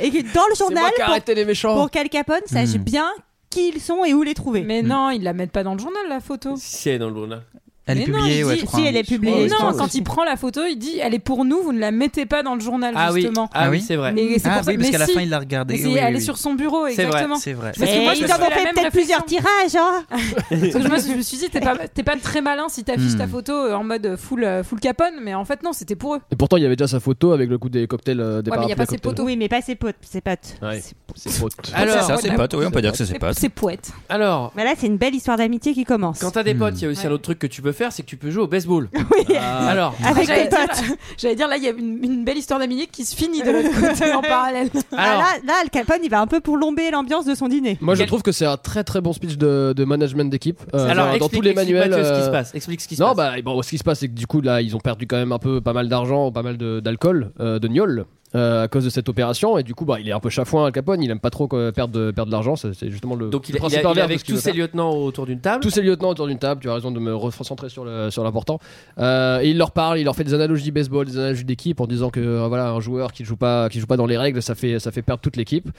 Et que dans le
C'est moi
journal,
qui ai
pour,
arrêté les méchants.
pour qu'Al Capone sache
Hmm.
bien qui ils sont et où les trouver.
Mais non, ils la mettent pas dans le journal la photo.
Si, elle est dans le journal.
Elle est
Mais non,
publiée,
je
ouais,
dis-
je crois.
si elle est
Mais
publiée,
non,
pense.
quand il prend la photo, il dit elle est pour nous, vous ne la mettez pas dans le journal
Ah oui,
justement.
ah
Ah
oui,
oui.
c'est vrai.
Et c'est
Ah
pour ça-
oui, parce
mais
qu'à la
si,
fin, il l'a regardée.
mais si,
Oui, oui,
elle est
oui.
sur son bureau,
C'est vrai.
exactement.
C'est vrai.
Parce que
Eh,
moi, je
ils
me suis
en ont
fait la
fait
même
peut-être plusieurs
réflexion.
tirages. hein.
Parce que moi, je me suis dit, t'es pas, t'es pas très malin si t'affiches
Hmm.
ta photo euh, en mode full, euh, full capone, mais en fait, non, c'était pour eux.
Et pourtant, il y avait déjà sa photo avec le coup des cocktails euh, des
Ouais, mais il y a
parapluies
pas
à
ces
cocktails.
photos.
Oui, mais pas ses potes, ses potes.
Ouais.
C'est-
C'est faute.
Alors,
C'est ça, c'est
Ouais.
potes. Oui, on peut
C'est
dire que c'est ses potes.
C'est poète.
alors,
Mais là, c'est une belle histoire d'amitié qui commence.
quand t'as
Hmm.
des potes, il y a aussi
Ouais.
un autre truc que tu peux faire, c'est que tu peux jouer au
[LAUGHS]
baseball. Ah.
Oui,
Alors,
avec
Ah, J'allais
les
dire,
potes.
j'allais dire, là, il y a une, une belle histoire d'amitié qui se finit de l'autre côté en parallèle.
Ah,
alors,
là, là, Al Capone, il va un peu plomber l'ambiance de son dîner.
Moi, je
Quel-
trouve que c'est un très très bon speech de, de management d'équipe. Euh,
alors,
dans- dans
explique,
tous les
explique,
manuels.
Mathieu, ce qui
euh,
se passe. Explique ce qui se
non,
passe.
bah bon, ce qui se passe, c'est que du coup, là, ils ont perdu quand même un peu pas mal d'argent, pas mal de- d'alcool, euh, de gnôle. euh, à cause de cette opération et du coup bah il est un peu chafouin Al Capone il aime pas trop quoi, perdre de perdre de l'argent c'est c'est justement le
Donc il, il
le
a-
principe
il est
inverse de
avec
ce qu'il
tous
veut
ses
faire.
lieutenants autour d'une table.
tous ses lieutenants autour d'une table tu as raison de me recentrer sur le- sur l'important Euh, et il leur parle il leur fait des analogies baseball des analogies d'équipe en disant que euh, voilà un joueur qui joue pas qui joue pas dans les règles ça fait ça fait perdre toute l'équipe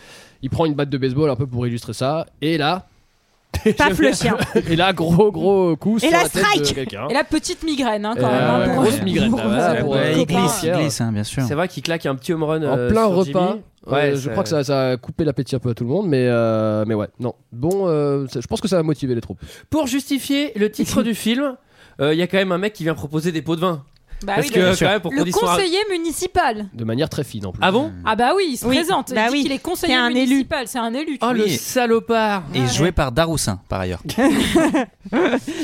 il prend une batte de baseball un peu pour illustrer ça et là [LAUGHS]
Paf le chien.
et là, gros gros coup sur
là,
la tête
strike
de quelqu'un.
Et la petite migraine, hein,
Euh,
quand même. hein, pour-
grosse migraine. là,
Ah
voilà,
Ouais,
pour,
ouais,
euh,
il
copain,
glisse, il
euh,
glisse, hein, bien sûr.
C'est vrai qu'il claque un petit home run
En
euh,
plein
sur
repas.
Jimmy.
Ouais,
Ouais,
je crois que ça, ça a coupé l'appétit un peu à tout le monde, mais euh, mais ouais, non. Bon, euh, ça- je pense que ça a motivé les troupes. [LAUGHS]
Pour justifier le titre du film, euh, il y a quand même un mec qui vient proposer des pots de vin.
Bah
Parce
oui,
que,
le-
quand même, pour qu'on
le
dise soit-
conseiller municipal.
De manière très fine en plus.
Ah bon
Ah bah oui, il se
Oui,
présente.
bah
il
oui.
dit qu'il est conseiller
C'est un élu.
municipal, c'est un élu.
Oh le
Oui.
salopard
Et joué par Daroussin, par ailleurs.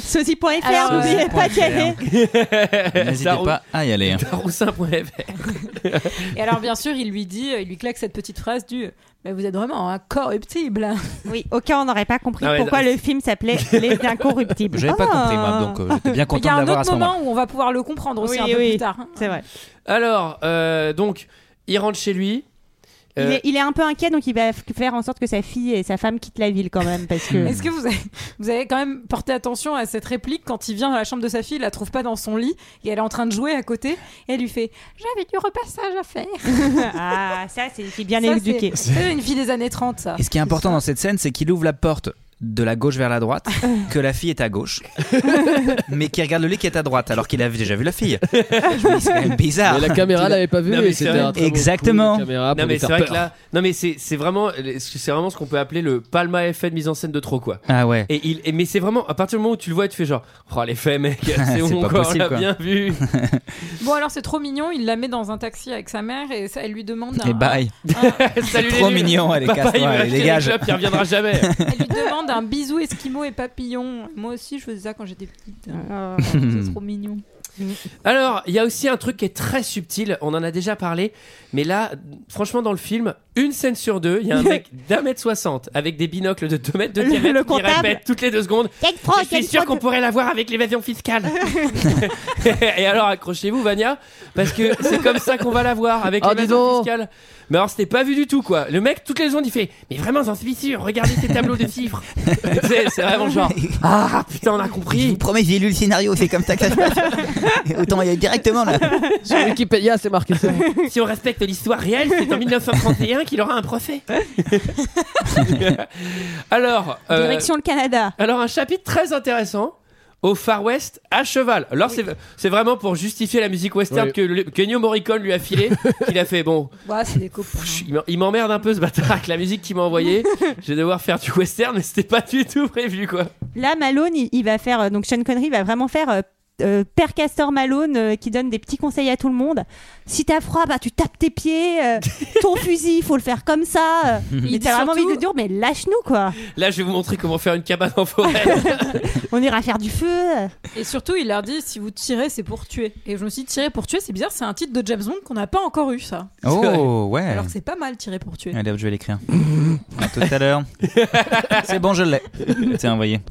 Ceci.fr,
Alors,
n'oubliez
euh,
Ah pas d'y aller.
[LAUGHS] N'hésitez
Darou-
pas à y aller. hein.
Daroussin.fr.
Et alors bien sûr, il lui dit, euh, il lui claque cette petite phrase du "Mais vous êtes vraiment incorruptible."
Oui, au cas où on n'aurait pas compris
Ah ouais,
pourquoi le film s'appelait Les Incorruptibles.
J'avais pas
Ah.
compris, moi, donc euh, j'étais bien
Il y
content
a
de
un
l'avoir à
autre
ce moment.
moment où on va pouvoir le comprendre aussi
Oui,
un peu
oui.
plus tard. hein.
C'est vrai.
Alors, euh, donc, il rentre chez lui.
Il,
Euh,
est, il est un peu inquiet, donc il va f- faire en sorte que sa fille et sa femme quittent la ville quand même.
[LAUGHS]
Parce que...
Est-ce que vous avez, vous avez quand même porté attention à cette réplique quand il vient dans la chambre de sa fille, il la trouve pas dans son lit et elle est en train de jouer à côté et elle lui fait "J'avais du repassage à faire."
ah, ça, c'est une fille bien
Ça,
éduquée.
C'est c'est une fille des années 30 ça.
Et ce qui est important dans cette scène, c'est qu'il ouvre la porte de la gauche vers la droite, que la fille est à gauche, mais qui regarde le lit qui est à droite, alors qu'il avait déjà vu la fille. Je me dis, c'est quand même bizarre.
Mais la caméra l'avait pas vu
Non, mais
et
c'est
c'était
vrai.
un très bon coup de
Exactement.
caméra Ah, pour
non mais
nous
c'est
faire
vrai
peur.
que là, non mais c'est c'est vraiment c'est vraiment ce qu'on peut appeler le Palma effet de mise en scène de trop quoi.
Ah ouais.
Et il, et- mais c'est vraiment à partir du moment où tu le vois, tu fais genre, oh l'effet mec, c'est
C'est
bon
pas
quoi, on
possible,
l'a
quoi.
bien vu.
Bon alors c'est trop mignon, il la met dans un taxi avec sa mère et ça, elle lui demande un,
Et bye.
Salut
trop
les nuls.
mignon, allez,
Papa, il va
casse-toi, allez,
acheter des
dégage.
clopes, il reviendra jamais.
elle lui demande un bisou esquimau et papillon. Moi aussi je faisais ça quand j'étais petite.
Ah.
C'est trop mignon.
Alors, il y a aussi un truc qui est très subtil, on en a déjà parlé, mais là, franchement, dans le film, une scène sur deux, il y a un mec d'un mètre soixante avec des binocles de 2 mètres de
Le-
diamètre
le
qui
comptable.
répète toutes les deux secondes.
Quelle
Oh,
fraude,
Je suis
quelle
sûr qu'on
fraude.
pourrait l'avoir avec l'évasion
[LAUGHS]
fiscale. [LAUGHS] et alors, accrochez-vous, Vania, parce que c'est comme ça qu'on va l'avoir avec
Oh, dis
l'évasion
donc.
fiscale. Mais alors, c'était pas vu du tout, quoi. Le mec, toutes les secondes, il fait Mais vraiment, j'en suis sûr, regardez ces tableaux de chiffres. [LAUGHS] c'est c'est vraiment genre Ah putain, on a
Je vous
compris.
promets, j'ai lu le scénario, c'est comme ça que ça se passe. Autant y aller directement là.
[LAUGHS]
Sur Wikipédia, c'est marqué ça.
Si on respecte l'histoire réelle, c'est
[LAUGHS]
en 1931 qu'il aura un procès. [LAUGHS] alors, euh,
Direction le Canada.
Alors un chapitre très intéressant au Far West à cheval. Alors c'est- c'est vraiment pour justifier la musique western
Oui.
que le- que Ennio Morricone lui a
[LAUGHS]
filé, qu'il a fait bon,
Bah c'est des copains.
pff, il m'en- il m'emmerde un peu ce bâtard avec la musique qu'il m'a
[LAUGHS]
envoyée. Je vais devoir faire du western mais c'était pas du tout prévu quoi.
Là, Malone, il, il va faire. euh, donc, Sean Connery va vraiment faire. euh, euh, Père Castor Malone euh, qui donne des petits conseils à tout le monde. Si t'as froid, bah tu tapes tes pieds. euh, ton fusil, il faut le faire comme ça. euh.
Il
Mais
dit
t'as vraiment envie
surtout-
de dire, mais lâche-nous quoi.
Là, je vais vous montrer comment faire une cabane en
[LAUGHS]
forêt.
On ira faire du feu.
Et surtout, il leur dit si vous tirez, c'est pour tuer. Et je me suis dit tirer pour tuer, c'est bizarre, c'est un titre de James Bond qu'on n'a pas encore eu ça.
Oh ouais.
Alors que c'est pas mal tirer pour tuer.
Allez hop, je vais l'écrire. À tout à l'heure. C'est bon, je l'ai. C'est envoyé.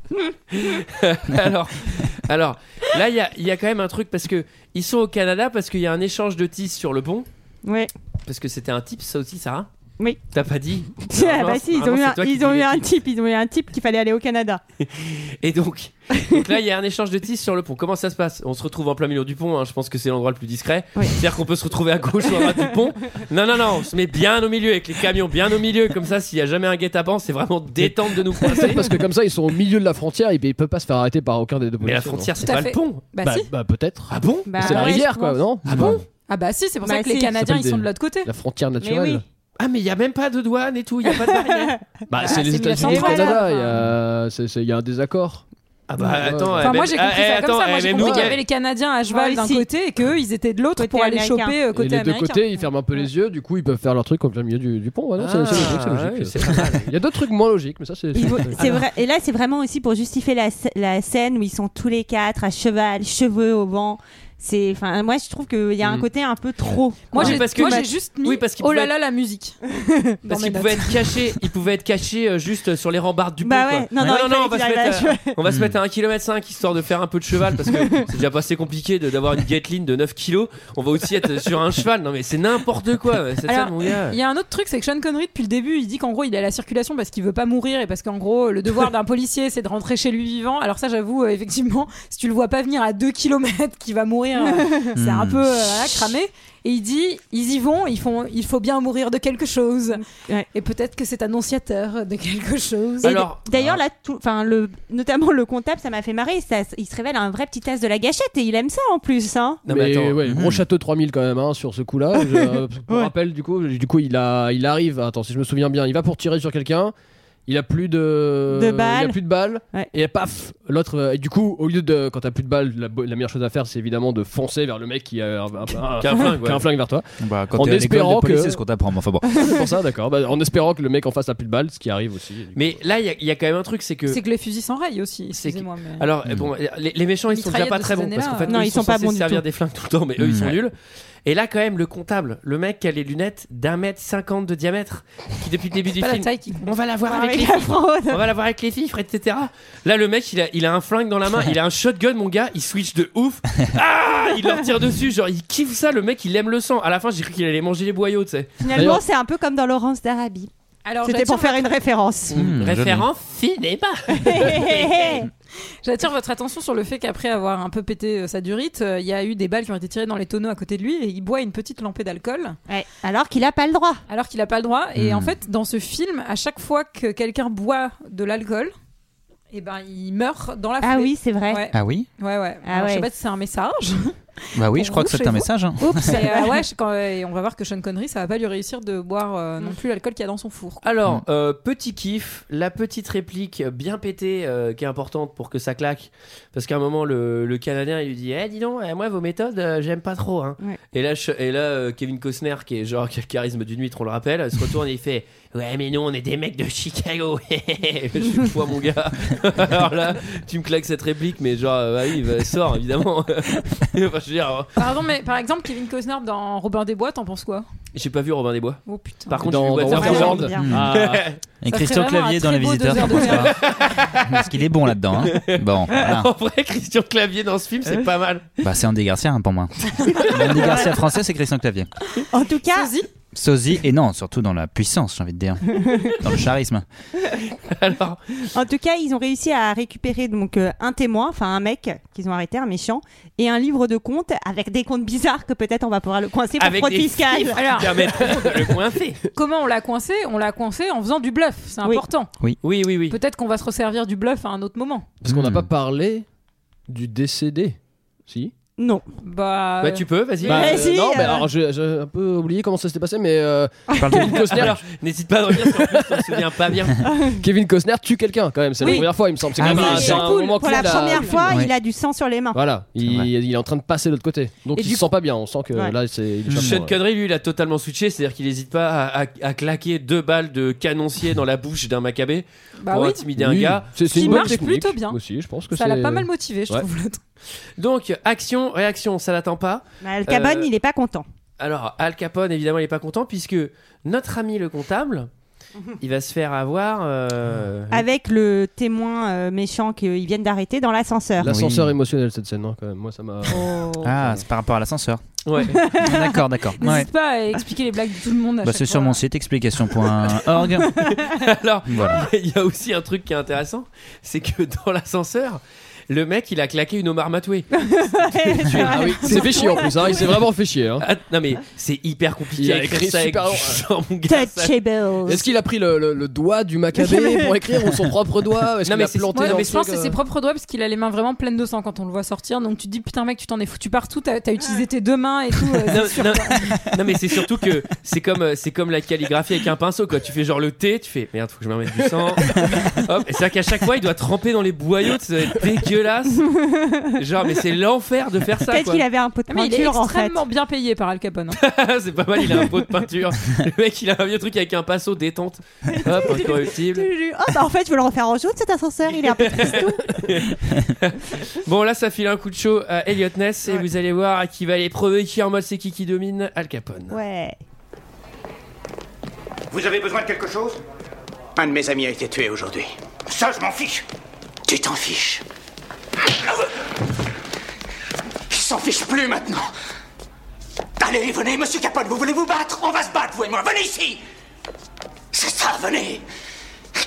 alors, alors là il y a, il y a quand même un truc parce que ils sont au Canada parce qu'il y a un échange de tis sur le pont
Ouais.
parce que c'était un tip ça aussi Sarah.
Oui.
T'as pas dit
[LAUGHS] Ah
Normalement,
bah si, ils ont
normalement,
eu
c'est
un,
toi qui
ils ont
dis
eu
les
un
tips.
type, ils ont eu un type qu'il fallait aller au Canada.
Et donc, [LAUGHS] donc là, il y a un échange de tis sur le pont. Comment ça se passe On se retrouve en plein milieu du pont. hein. Je pense que c'est l'endroit le plus discret.
Oui.
C'est-à-dire qu'on peut se retrouver à gauche ou à droite du pont. Non, non, non. On se met bien au milieu avec les camions, bien au milieu. Comme ça, s'il y a jamais un guet-apens, c'est vraiment détente de nous coincer.
Parce que comme ça, ils sont au milieu de la frontière et puis ils peuvent pas se faire arrêter par aucun des deux
Mais la
policiers,
frontière, c'est
Tout à
pas
fait.
le pont.
Bah,
non
si.
Bah, bah, peut-être.
Ah bon
Bah,
c'est la
ouais,
rivière
je
quoi,
pense.
non
Ah bon
Ah bah si, c'est pour
Bah
ça que
si.
les
Ça
Canadiens
s'appelle
ils sont
des-
de l'autre côté.
La frontière
Mais
naturelle.
oui.
Ah, mais il y a même pas de douane et tout. Il y a pas de
[LAUGHS]
barrière.
Bah, c'est les
c'est
États-Unis et le
1930.
Canada, il y a- c'est- c'est- il y, a un désaccord.
Ah bah
Ouais.
attends.
Enfin,
eh,
moi
même-
j'ai compris
eh,
ça comme
attends,
ça. Moi
eh,
j'ai
même
compris
nous,
qu'il y
il
avait les Canadiens à Cheval
Ouais,
d'un
si.
côté et qu'eux ils étaient de l'autre
Côté
pour aller
américain.
choper euh,
et
côté
les deux
américain.
côtés, ils ferment un peu les yeux, du coup, ils peuvent faire leur truc en plein milieu du, du pont. Ouais, non, c'est
Ah,
c'est logique, c'est
ouais,
logique.
c'est pas mal.
Il y a d'autres trucs moins logiques, mais ça, c'est.
Ils
c'est-
vont- c'est vrai, et là, c'est vraiment aussi pour justifier la, sc- la scène où ils sont tous les quatre à cheval, cheveux au vent. C'est, enfin, moi, je trouve qu'il y a un
Mm.
côté un peu trop.
Moi
Oui,
j'ai
parce que
moi,
ma-
j'ai juste mis
oui, parce qu'ils
oh là
pouvaient-
là la musique. Dans
Parce
mes
qu'il
notes.
pouvait être caché, il pouvait être caché euh, juste sur les rambardes du pont.
Bah
quoi.
ouais, non, non, il
on va se
fallait qu'il
mettre
arrive à
à- On va se mettre à 1,5 km histoire de faire un peu de cheval [LAUGHS] parce que c'est déjà pas assez compliqué de- d'avoir une guetline de 9 kg. On va aussi être sur un cheval. Non mais c'est n'importe quoi cette
Alors,
scène, mon gars.
Il y a un autre truc, c'est que Sean Connery, depuis le début, il dit qu'en gros, il est à la circulation parce qu'il veut pas mourir et parce qu'en gros, le devoir
[LAUGHS]
d'un policier, c'est de rentrer chez lui vivant. Alors, ça, j'avoue, euh, effectivement, si tu le vois pas venir à 2 km qu'il va mourir, euh, c'est un
Hmm.
peu euh, voilà, cramé. Et il dit ils y vont, ils font, il faut bien mourir de quelque chose.
Ouais.
Et peut-être que c'est annonciateur de quelque chose.
Et
Alors-
d- d'ailleurs,
Ah.
là, tout- enfin, le, notamment le comptable, ça m'a fait marrer. Ça, il se révèle un vrai petit as de la gâchette et il aime ça en plus. Hein.
Non, mais
mais
attends.
ouais, gros
Mhm.
château 3000 quand même hein, sur ce coup-là. Je- pour rappel, du coup, du coup, il a, il arrive. Attends, si je me souviens bien, il va pour tirer sur quelqu'un. Il a plus de,
De balles.
Il a plus de balles. Et paf, l'autre. euh, Et du coup, au lieu de, quand t'as plus de balles, la, bo- la meilleure chose à faire, c'est évidemment de foncer vers le mec qui a un, un-
Qui a un Ah. flingue, ouais.
qui a un flingue vers toi.
Bah, quand
en
t'es à l'école de
espérant
police,
que
c'est ce qu'on t'apprend, mais enfin bon.
C'est pour ça, d'accord. Bah, en espérant que le mec en face a plus de balles, ce qui arrive aussi.
Mais là, il y a- il y, a quand même un truc, c'est que.
C'est que les fusils s'enrayent aussi,
C'est que-
excusez-moi. mais-
Alors, euh, bon, les, les méchants, ils sont déjà
Mitraillette
pas
de
très bons
ces
parce qu'en
années-là,
fait,
euh, non,
eux, ils,
ils
sont,
sont pas
censés
bons
se
du
servir
tout.
des flingues tout le temps, mais eux, ils sont
Ouais.
nuls. Et là, quand même, le comptable, le mec qui a les lunettes d'un mètre cinquante de diamètre, qui depuis le début du
Pas la
film,
taille qui
on va la voir
Ah,
avec
avec
les
la
chiffres,
fraude.
on va la voir avec les chiffres, etc. Là, le mec, il a, il a un flingue dans la main, il a un shotgun, mon gars, il switch de ouf. Ah, il leur tire dessus, genre, il kiffe ça, le mec, il aime le sang. À la fin, j'ai cru qu'il allait manger les boyaux, tu sais.
Finalement,
D'ailleurs-
c'est un peu comme dans Laurence d'Arabie.
Alors,
C'était
j'attire
pour faire
votre-
une
[LAUGHS]
référence.
Mmh,
Hmm,
Référent cinéma.
J'attire votre attention sur le fait qu'après avoir un peu pété euh, sa durite, euh, il y a eu des balles qui ont été tirées dans les tonneaux à côté de lui et il boit une petite lampée d'alcool
Ouais. Alors qu'il a pas le droit.
alors qu'il n'a pas le droit. Et
Hmm.
en fait, dans ce film, à chaque fois que quelqu'un boit de l'alcool, et ben, il meurt dans la
Ah
foulée.
oui, c'est vrai.
Ouais,
Ah oui
ouais, ouais.
Ah
Alors, Je sais
ouais.
pas si c'est un message.
Bah oui, je
Pour
crois
vous,
que c'est
chez
un
vous.
message. hein.
Oups.
Mais,
[LAUGHS]
euh, ouais, je- quand- et on va voir que Sean Connery, ça va pas lui réussir de boire euh, non plus l'alcool qu'il y a dans son four. quoi.
Alors,
Mm.
euh, petit kiff, la petite réplique bien pétée euh, qui est importante pour que ça claque. Parce qu'à un moment, le, le Canadien, il lui dit Eh, dis donc, euh, moi, vos méthodes, euh, j'aime pas trop. hein.
Ouais.
Et là, je- et là euh, Kevin Costner, qui est genre, [LAUGHS] qui a le charisme d'une huître, on le rappelle, se retourne et il fait Ouais, mais nous, on est des mecs de Chicago. [LAUGHS] je suis quoi, mon gars [LAUGHS] Alors là, tu me claques cette réplique, mais genre, euh, bah oui, bah, sors, évidemment. [LAUGHS] Enfin, je veux dire, euh,
Pardon, mais par exemple, Kevin Costner dans Robin des Bois, t'en penses quoi
j'ai pas vu Robin des Bois.
Oh putain.
Par contre,
dans,
j'ai vu
dans
Waterworld.
Waterworld.
Waterworld.
Bien.
Ah,
Et
Ça
Christian
serait vraiment
Clavier
un
dans
très
Les
beau
Visiteurs,
deux
t'en
heures
penses
de
quoi Parce qu'il est bon là-dedans. hein. Bon,
Ah.
[LAUGHS]
voilà.
En vrai, Christian Clavier dans ce film, c'est pas mal.
Bah, c'est Andy Garcia hein, pour moi. Andy Garcia français, c'est Christian Clavier.
En tout cas,
Sosie.
Sosie, et non, surtout dans la puissance, j'ai envie de dire. Dans le charisme.
Alors,
en tout cas, ils ont réussi à récupérer donc euh, un témoin, enfin un mec qu'ils ont arrêté, un méchant, et un livre de comptes avec des comptes bizarres que peut-être on va pouvoir le coincer pour
avec
fraude
des
fiscale.
chiffres
Alors.
qui permettront de le coincer.
[LAUGHS] Comment on l'a coincé On l'a coincé en faisant du bluff, c'est
Oui.
important.
Oui, oui, oui.
Peut-être qu'on va se resservir du bluff à un autre moment.
parce qu'on n'a
Hmm.
pas parlé du décédé. Si.
Non.
Bah,
Bah, tu peux, vas-y.
Bah,
Euh,
Mais si,
non, mais
euh.
alors j'ai j'ai un peu oublié comment ça s'était passé, mais euh, Kevin Costner,
Alors, n'hésite pas à revenir sur plus, on se souvient pas bien.
Kevin Costner tue quelqu'un quand même. C'est
Oui.
la première fois, il me semble. C'est
Ah
quand
oui,
même un-
c'est
c'est un
euh, cool.
moment
Pour la
clé de
première fois,
Ouais.
il a du sang sur les mains.
Voilà, il,
vrai.
il est en train de passer de l'autre côté. Donc
Et
il
du
se sent pas bien. On sent que
Ouais.
là, c'est. il est
Sean
pas
Sean
bon,
Connery, lui, il a totalement switché, c'est-à-dire qu'il n'hésite pas à, à- à claquer deux balles de canoncier dans la bouche d'un macabé
bah
pour
oui,
intimider un
Oui,
gars.
c'est
qui
c'est une bonne
marche
technique.
plutôt bien.
Aussi, je pense que
ça l'a
c'est-
pas mal motivé, je
Ouais.
trouve. l'autre.
Donc, action, réaction, ça n'attend pas.
Bah, Al Capone,
Euh,
il est pas content.
Alors, Al Capone, évidemment, il est pas content puisque notre ami le
[LAUGHS]
comptable, il va se faire avoir. euh,
Avec le témoin euh, méchant qu'ils viennent d'arrêter dans l'ascenseur.
L'ascenseur
Oui.
émotionnel cette scène, hein, quand même. Moi, ça m'a.
Oh.
Ah, c'est par rapport à l'ascenseur.
[LAUGHS]
Ouais.
D'accord, d'accord. Ouais.
N'hésite pas à expliquer les blagues de tout le monde. à
Bah,
chaque
c'est sur
fois. [LAUGHS]
mon
[LAUGHS]
site explication.org.
Alors, [LAUGHS]
Voilà.
il y a aussi un truc qui est intéressant, c'est que dans l'ascenseur, le mec, il a claqué une Omar Matoué.
Ah oui, il s'est fait chier en plus. hein, Il s'est vraiment fait chier. hein.
Ah, non mais c'est hyper compliqué.
Il a
à écrire
écrit
ça avec
super
du
long.
sang,
[LAUGHS]
mon gars, ça-
Touchable.
Est-ce qu'il a pris le, le- le doigt du Maccabée pour écrire ou son propre doigt Est-ce
Non,
qu'il
mais
l'a
c'est-
planté
ouais,
dans
mais
le
Je pense que
truc,
c'est
euh
ses propres doigts parce qu'il a les mains vraiment pleines de sang quand on le voit sortir. Donc tu te dis putain mec, tu t'en es foutu partout, t'as t'as utilisé tes deux mains et tout. euh,
Non,
c'est sûr.
non, [LAUGHS] non, mais c'est surtout que c'est comme euh, c'est comme la calligraphie avec un pinceau quoi. Tu fais genre le T, tu fais merde, faut que je me remette du
[LAUGHS]
sang. Hop, et c'est à qu'à chaque fois il doit tremper dans les boyaux, c'est dégueulasse. Genre mais c'est l'enfer de faire ça
Peut-être
quoi.
qu'il avait un pot de
Ah, Mais il est
peinture en fait. [LAUGHS]
extrêmement bien payé par Al Capone. hein.
[LAUGHS] c'est pas mal, il a un pot de peinture. Le mec il a un vieux truc avec un pinceau détente. Hop, incorruptible.
Oh, bah, en fait, je veux le refaire en jaune cet ascenseur, il est
[LAUGHS]
un peu tristou.
Bon là ça file un coup de chaud à Elliot Ness et
Ouais.
vous allez voir qui va les provoquer en mode c'est qui qui domine Al Capone.
Ouais.
Vous avez besoin de quelque chose
Un de mes amis a été tué aujourd'hui.
Ça, je m'en fiche.
Tu t'en fiches
Il s'en fiche plus maintenant. Allez, venez, monsieur Capone, vous voulez vous battre On va se battre, vous et moi. Venez ici C'est ça, venez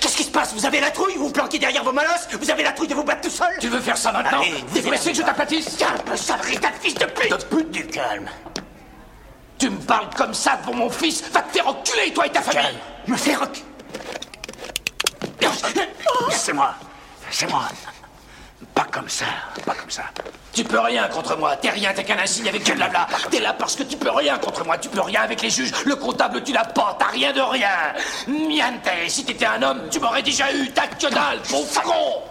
Qu'est-ce qui se passe Vous avez la trouille Vous vous planquez derrière vos molosses Vous avez la trouille de vous battre tout seul
Tu veux faire ça maintenant
Allez,
Vous
vous
laissez
êtes-
que je t'aplatisse
Calme, sale rital de fils de pute
De pute du calme.
Tu me parles comme ça pour mon fils Va te faire enculer, toi et ta famille Me faire enculer C'est moi. C'est moi. Pas
comme ça, pas comme ça.
Tu peux rien contre moi, t'es rien, t'es qu'un insigne avec du blabla. T'es là parce que tu peux rien contre moi, tu peux rien avec les juges, le comptable tu l'as pas, t'as rien de rien. Miante, si t'étais un homme, tu m'aurais déjà eu, t'as que dalle, mon fagon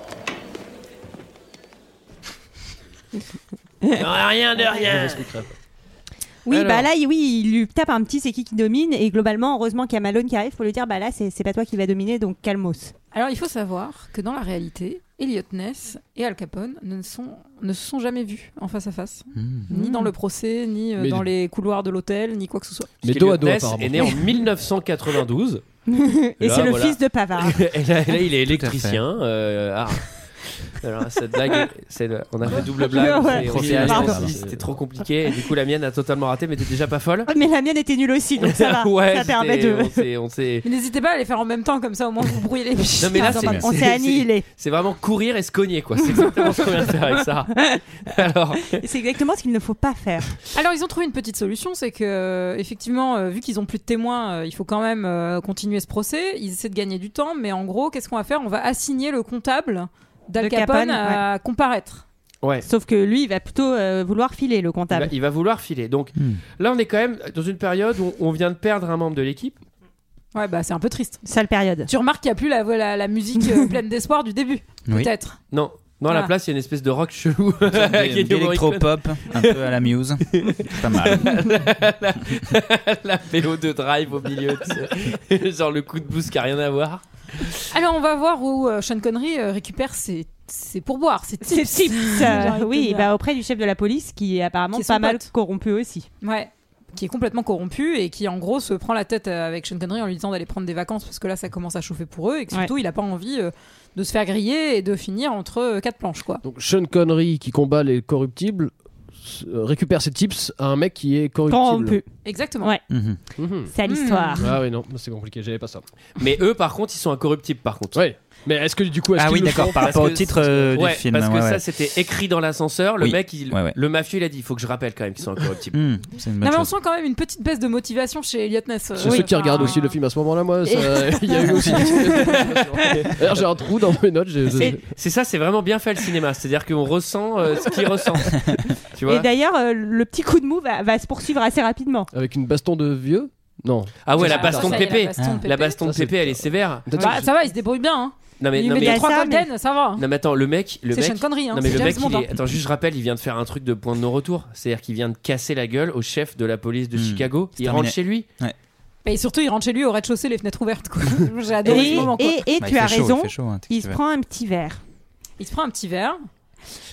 rien de rien.
Oui,
Alors.
bah là, il- oui, il lui tape un petit c'est qui qui domine et globalement, heureusement qu'il y a Malone qui arrive pour lui dire bah là, c'est c'est pas toi qui va dominer donc calmos.
Alors, il faut savoir que dans la réalité, Elliot Ness et Al Capone ne, sont, ne se sont jamais vus en face à face. Ni
Hmm.
dans le procès, ni euh,
Mais-
dans les couloirs de l'hôtel, ni quoi que ce soit.
Mais
Parce que
dos à
Elliot
dos,
Ness
apparemment.
est né en
[LAUGHS]
1992.
et
Là,
c'est le
voilà.
fils de Pavard. [LAUGHS]
et là, et là, il est électricien. euh, ah. Alors, cette blague, c'est le- on a fait double blague.
Ouais.
et on s'est-
Pardon.
on s'est dit, C'était trop compliqué. Et du coup, la mienne a totalement raté, mais t'es déjà pas folle.
Mais la mienne était nulle aussi, donc ça
[LAUGHS]
va.
ouais,
ça permet
c'était-
de.
on s'est- On s'est.
Mais n'hésitez pas à les faire en même temps, comme ça au moins vous brouillez les pistes.
Non, mais là,
Pardon,
c'est-
pardon.
On s'est annihilés.
C'est vraiment courir et se cogner, quoi. C'est exactement ce qu'on vient de faire avec
[LAUGHS]
ça. Alors,
C'est exactement ce qu'il ne faut pas faire.
Alors ils ont trouvé une petite solution, c'est que euh, effectivement, euh, vu qu'ils ont plus de témoins, euh, il faut quand même euh, continuer ce procès. Ils essaient de gagner du temps, mais en gros, qu'est-ce qu'on va faire On va assigner le comptable d'Al
De
Capone,
Capone,
à comparaître.
ouais.
Sauf que lui, il va plutôt euh, vouloir filer le
Il va,
comptable.
il va vouloir filer. Donc
Hmm.
là, on est quand même dans une période où on vient de perdre un membre de l'équipe.
Ouais, bah c'est un peu triste.
Sale période.
Tu remarques qu'il n'y a plus la, la, la
[LAUGHS]
musique euh, pleine d'espoir du début,
Oui.
peut-être.
Non, non, à la
Ah.
place, il y a une espèce de rock chelou. [LAUGHS] Qui est du
D'électropop, un peu à la Muse. C'est Pas mal.
La vélo de drive au milieu. tu sais. [LAUGHS] Genre le coup de boost qui a rien à voir.
Alors on va voir où euh, Sean Connery euh, récupère ses, ses pourboires, ses
C'est
tips.
tips.
J'ai envie de te
oui,
dire.
bah, auprès du chef de la police qui est apparemment
Qui est son
pas mal
pote.
corrompu aussi.
Ouais. Qui est complètement corrompu et qui en gros se prend la tête euh, avec Sean Connery en lui disant d'aller prendre des vacances parce que là ça commence à chauffer pour eux et que surtout il a pas envie euh, de se faire griller et de finir entre euh, quatre planches quoi.
Donc Sean Connery qui combat les corruptibles s- euh, récupère ses tips à un mec qui est corruptible.
Corrompu.
Exactement.
Ouais.
Mhm.
Mhm.
Sale
Hmm.
histoire.
Ah oui non, c'est compliqué, j'avais pas ça.
Mais eux, par contre, ils sont incorruptibles, par contre.
Ouais. Mais est-ce que du coup est-ce
Ah
qu'ils
oui,
le
d'accord,
font
par
parce
rapport au
que-
titre euh, du
Ouais,
film.
parce que
ouais,
ça
ouais.
c'était écrit dans l'ascenseur. Le
Oui.
mec, il-
Ouais, ouais.
le mafieux, il a dit il faut que je rappelle quand même qu'ils sont
[LAUGHS]
incorruptibles.
Mhm, c'est une bonne
Non, mais on
chose.
sent quand même une petite baisse de motivation chez Elliot Ness. euh,
C'est
oui.
ceux qui
Enfin,
regardent aussi le film à ce moment-là, moi. ça- [LAUGHS] Il y a
[LAUGHS]
eu aussi. D'ailleurs, j'ai un trou dans mes notes. j'ai-
C'est- C'est ça, c'est vraiment bien fait le cinéma. C'est-à-dire qu'on ressent euh, ce qu'il ressent. tu
Et
vois
d'ailleurs, euh, le petit coup de mou va, va se poursuivre assez rapidement.
Avec une baston de vieux Non.
Ah ouais,
ça,
la baston de
ça y est,
pépé. Ah,
La baston de Pépé.
La baston de
Ça, c'est-
pépé, elle est sévère.
Bah, ça va, il se débrouille bien. hein.
Non mais,
il
non,
met
mais,
des
mais-
trois
Ça, mais-
golden, ça va.
non, mais attends, le mec, le
C'est
mec.
Sean Connery. Hein.
Non mais le
c'est James
mec,
Bond,
il
hein.
est... attends juste je rappelle, il vient de faire un truc de point de non-retour, c'est-à-dire qu'il vient de casser la gueule au chef de la police de
Hmm.
Chicago. Il
terminé.
rentre chez lui.
Et surtout, il rentre chez lui au rez-de-chaussée, les fenêtres ouvertes. quoi. J'ai
Et,
adoré ce moment. quoi.
et- et
Bah, il
tu as
fait chaud,
raison,
Il, fait chaud, hein, t'es
il se
couvert.
prend un petit verre.
Il se prend un petit verre.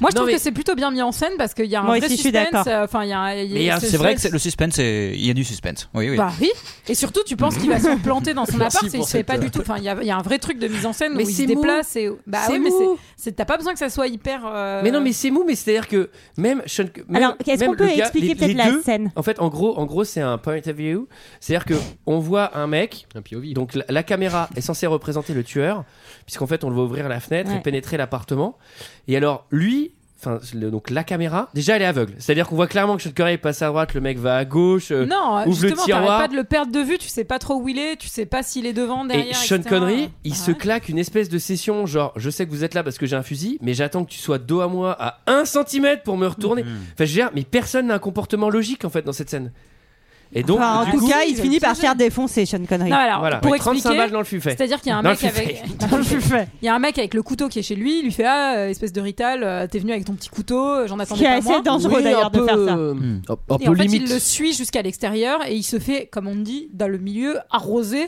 Moi, je
Non,
trouve
mais-
que c'est plutôt bien mis en scène parce qu'il y a un
Moi
vrai
aussi, je suis
suspense.
d'accord.
euh, Enfin, il y a. un- il y a-
Mais il y a-
ce-
C'est vrai
ce-
que c'est- le suspense, c'est- il y a du suspense. Oui, oui.
Bah oui. Et surtout, tu penses qu'il
[LAUGHS]
va se planter dans son
Merci
appart et il
pour
se fait
cette,
pas
euh,
du tout. Enfin, il y, a- il y a un vrai truc de mise en scène
Mais
où il se
c'est mou.
déplace et. Bah
C'est
oui, mais
mou.
c'est. c'est- T'as pas besoin que ça soit hyper. euh,
Mais non mais c'est mou, mais c'est-à-dire que même Sean même-
Alors, est-ce
même
qu'on peut
le gars-
expliquer
les-
peut-être
les
la
deux-
scène
En fait, en gros, en gros, c'est un point of view, c'est-à-dire que on voit un mec
Un POV.
Donc la, la caméra est censée représenter le tueur, puisqu'en fait on le voit ouvrir la fenêtre
Ouais.
et pénétrer l'appartement. Et alors lui, enfin le- donc la caméra, déjà elle est aveugle. C'est-à-dire qu'on voit clairement que Sean Connery passe à droite, le mec va à gauche. euh,
Non,
ouvre le
justement, t'arrêtes
tiroir.
pas de le perdre de vue, tu sais pas trop où il est, tu sais pas s'il est devant, derrière.
et Sean
etc..
Connery, il
Bah
se
ouais.
claque une espèce de session genre je sais que vous êtes là parce que j'ai un fusil, mais j'attends que tu sois dos à moi à 1 cm pour me retourner. Enfin je veux dire, mais personne n'a un comportement logique en fait dans cette scène. Et donc
Enfin, en
du
tout
coup,
cas, il
il
finit par se
exagère.
faire défoncer, Sean Connery. [LAUGHS]
Non, alors,
voilà,
pour
Ouais, 35
expliquer.
balles dans le fuffet.
C'est-à-dire qu'il y a un
Dans
mec
le
avec.
fuffet.
Dans le fuffet. Il y a un mec avec le couteau qui est chez lui, il lui fait Ah, euh, espèce de rital, euh, t'es venu avec ton petit couteau, euh, j'en
qui
attendais
est
pas
assez
moins.
dangereux
Oui,
d'ailleurs
un
de
peu,
faire ça.
euh,
Hmm.
Un, un
Et
peu
en fait,
limite.
il le suit jusqu'à l'extérieur et il se fait, comme on dit, dans le milieu, arrosé,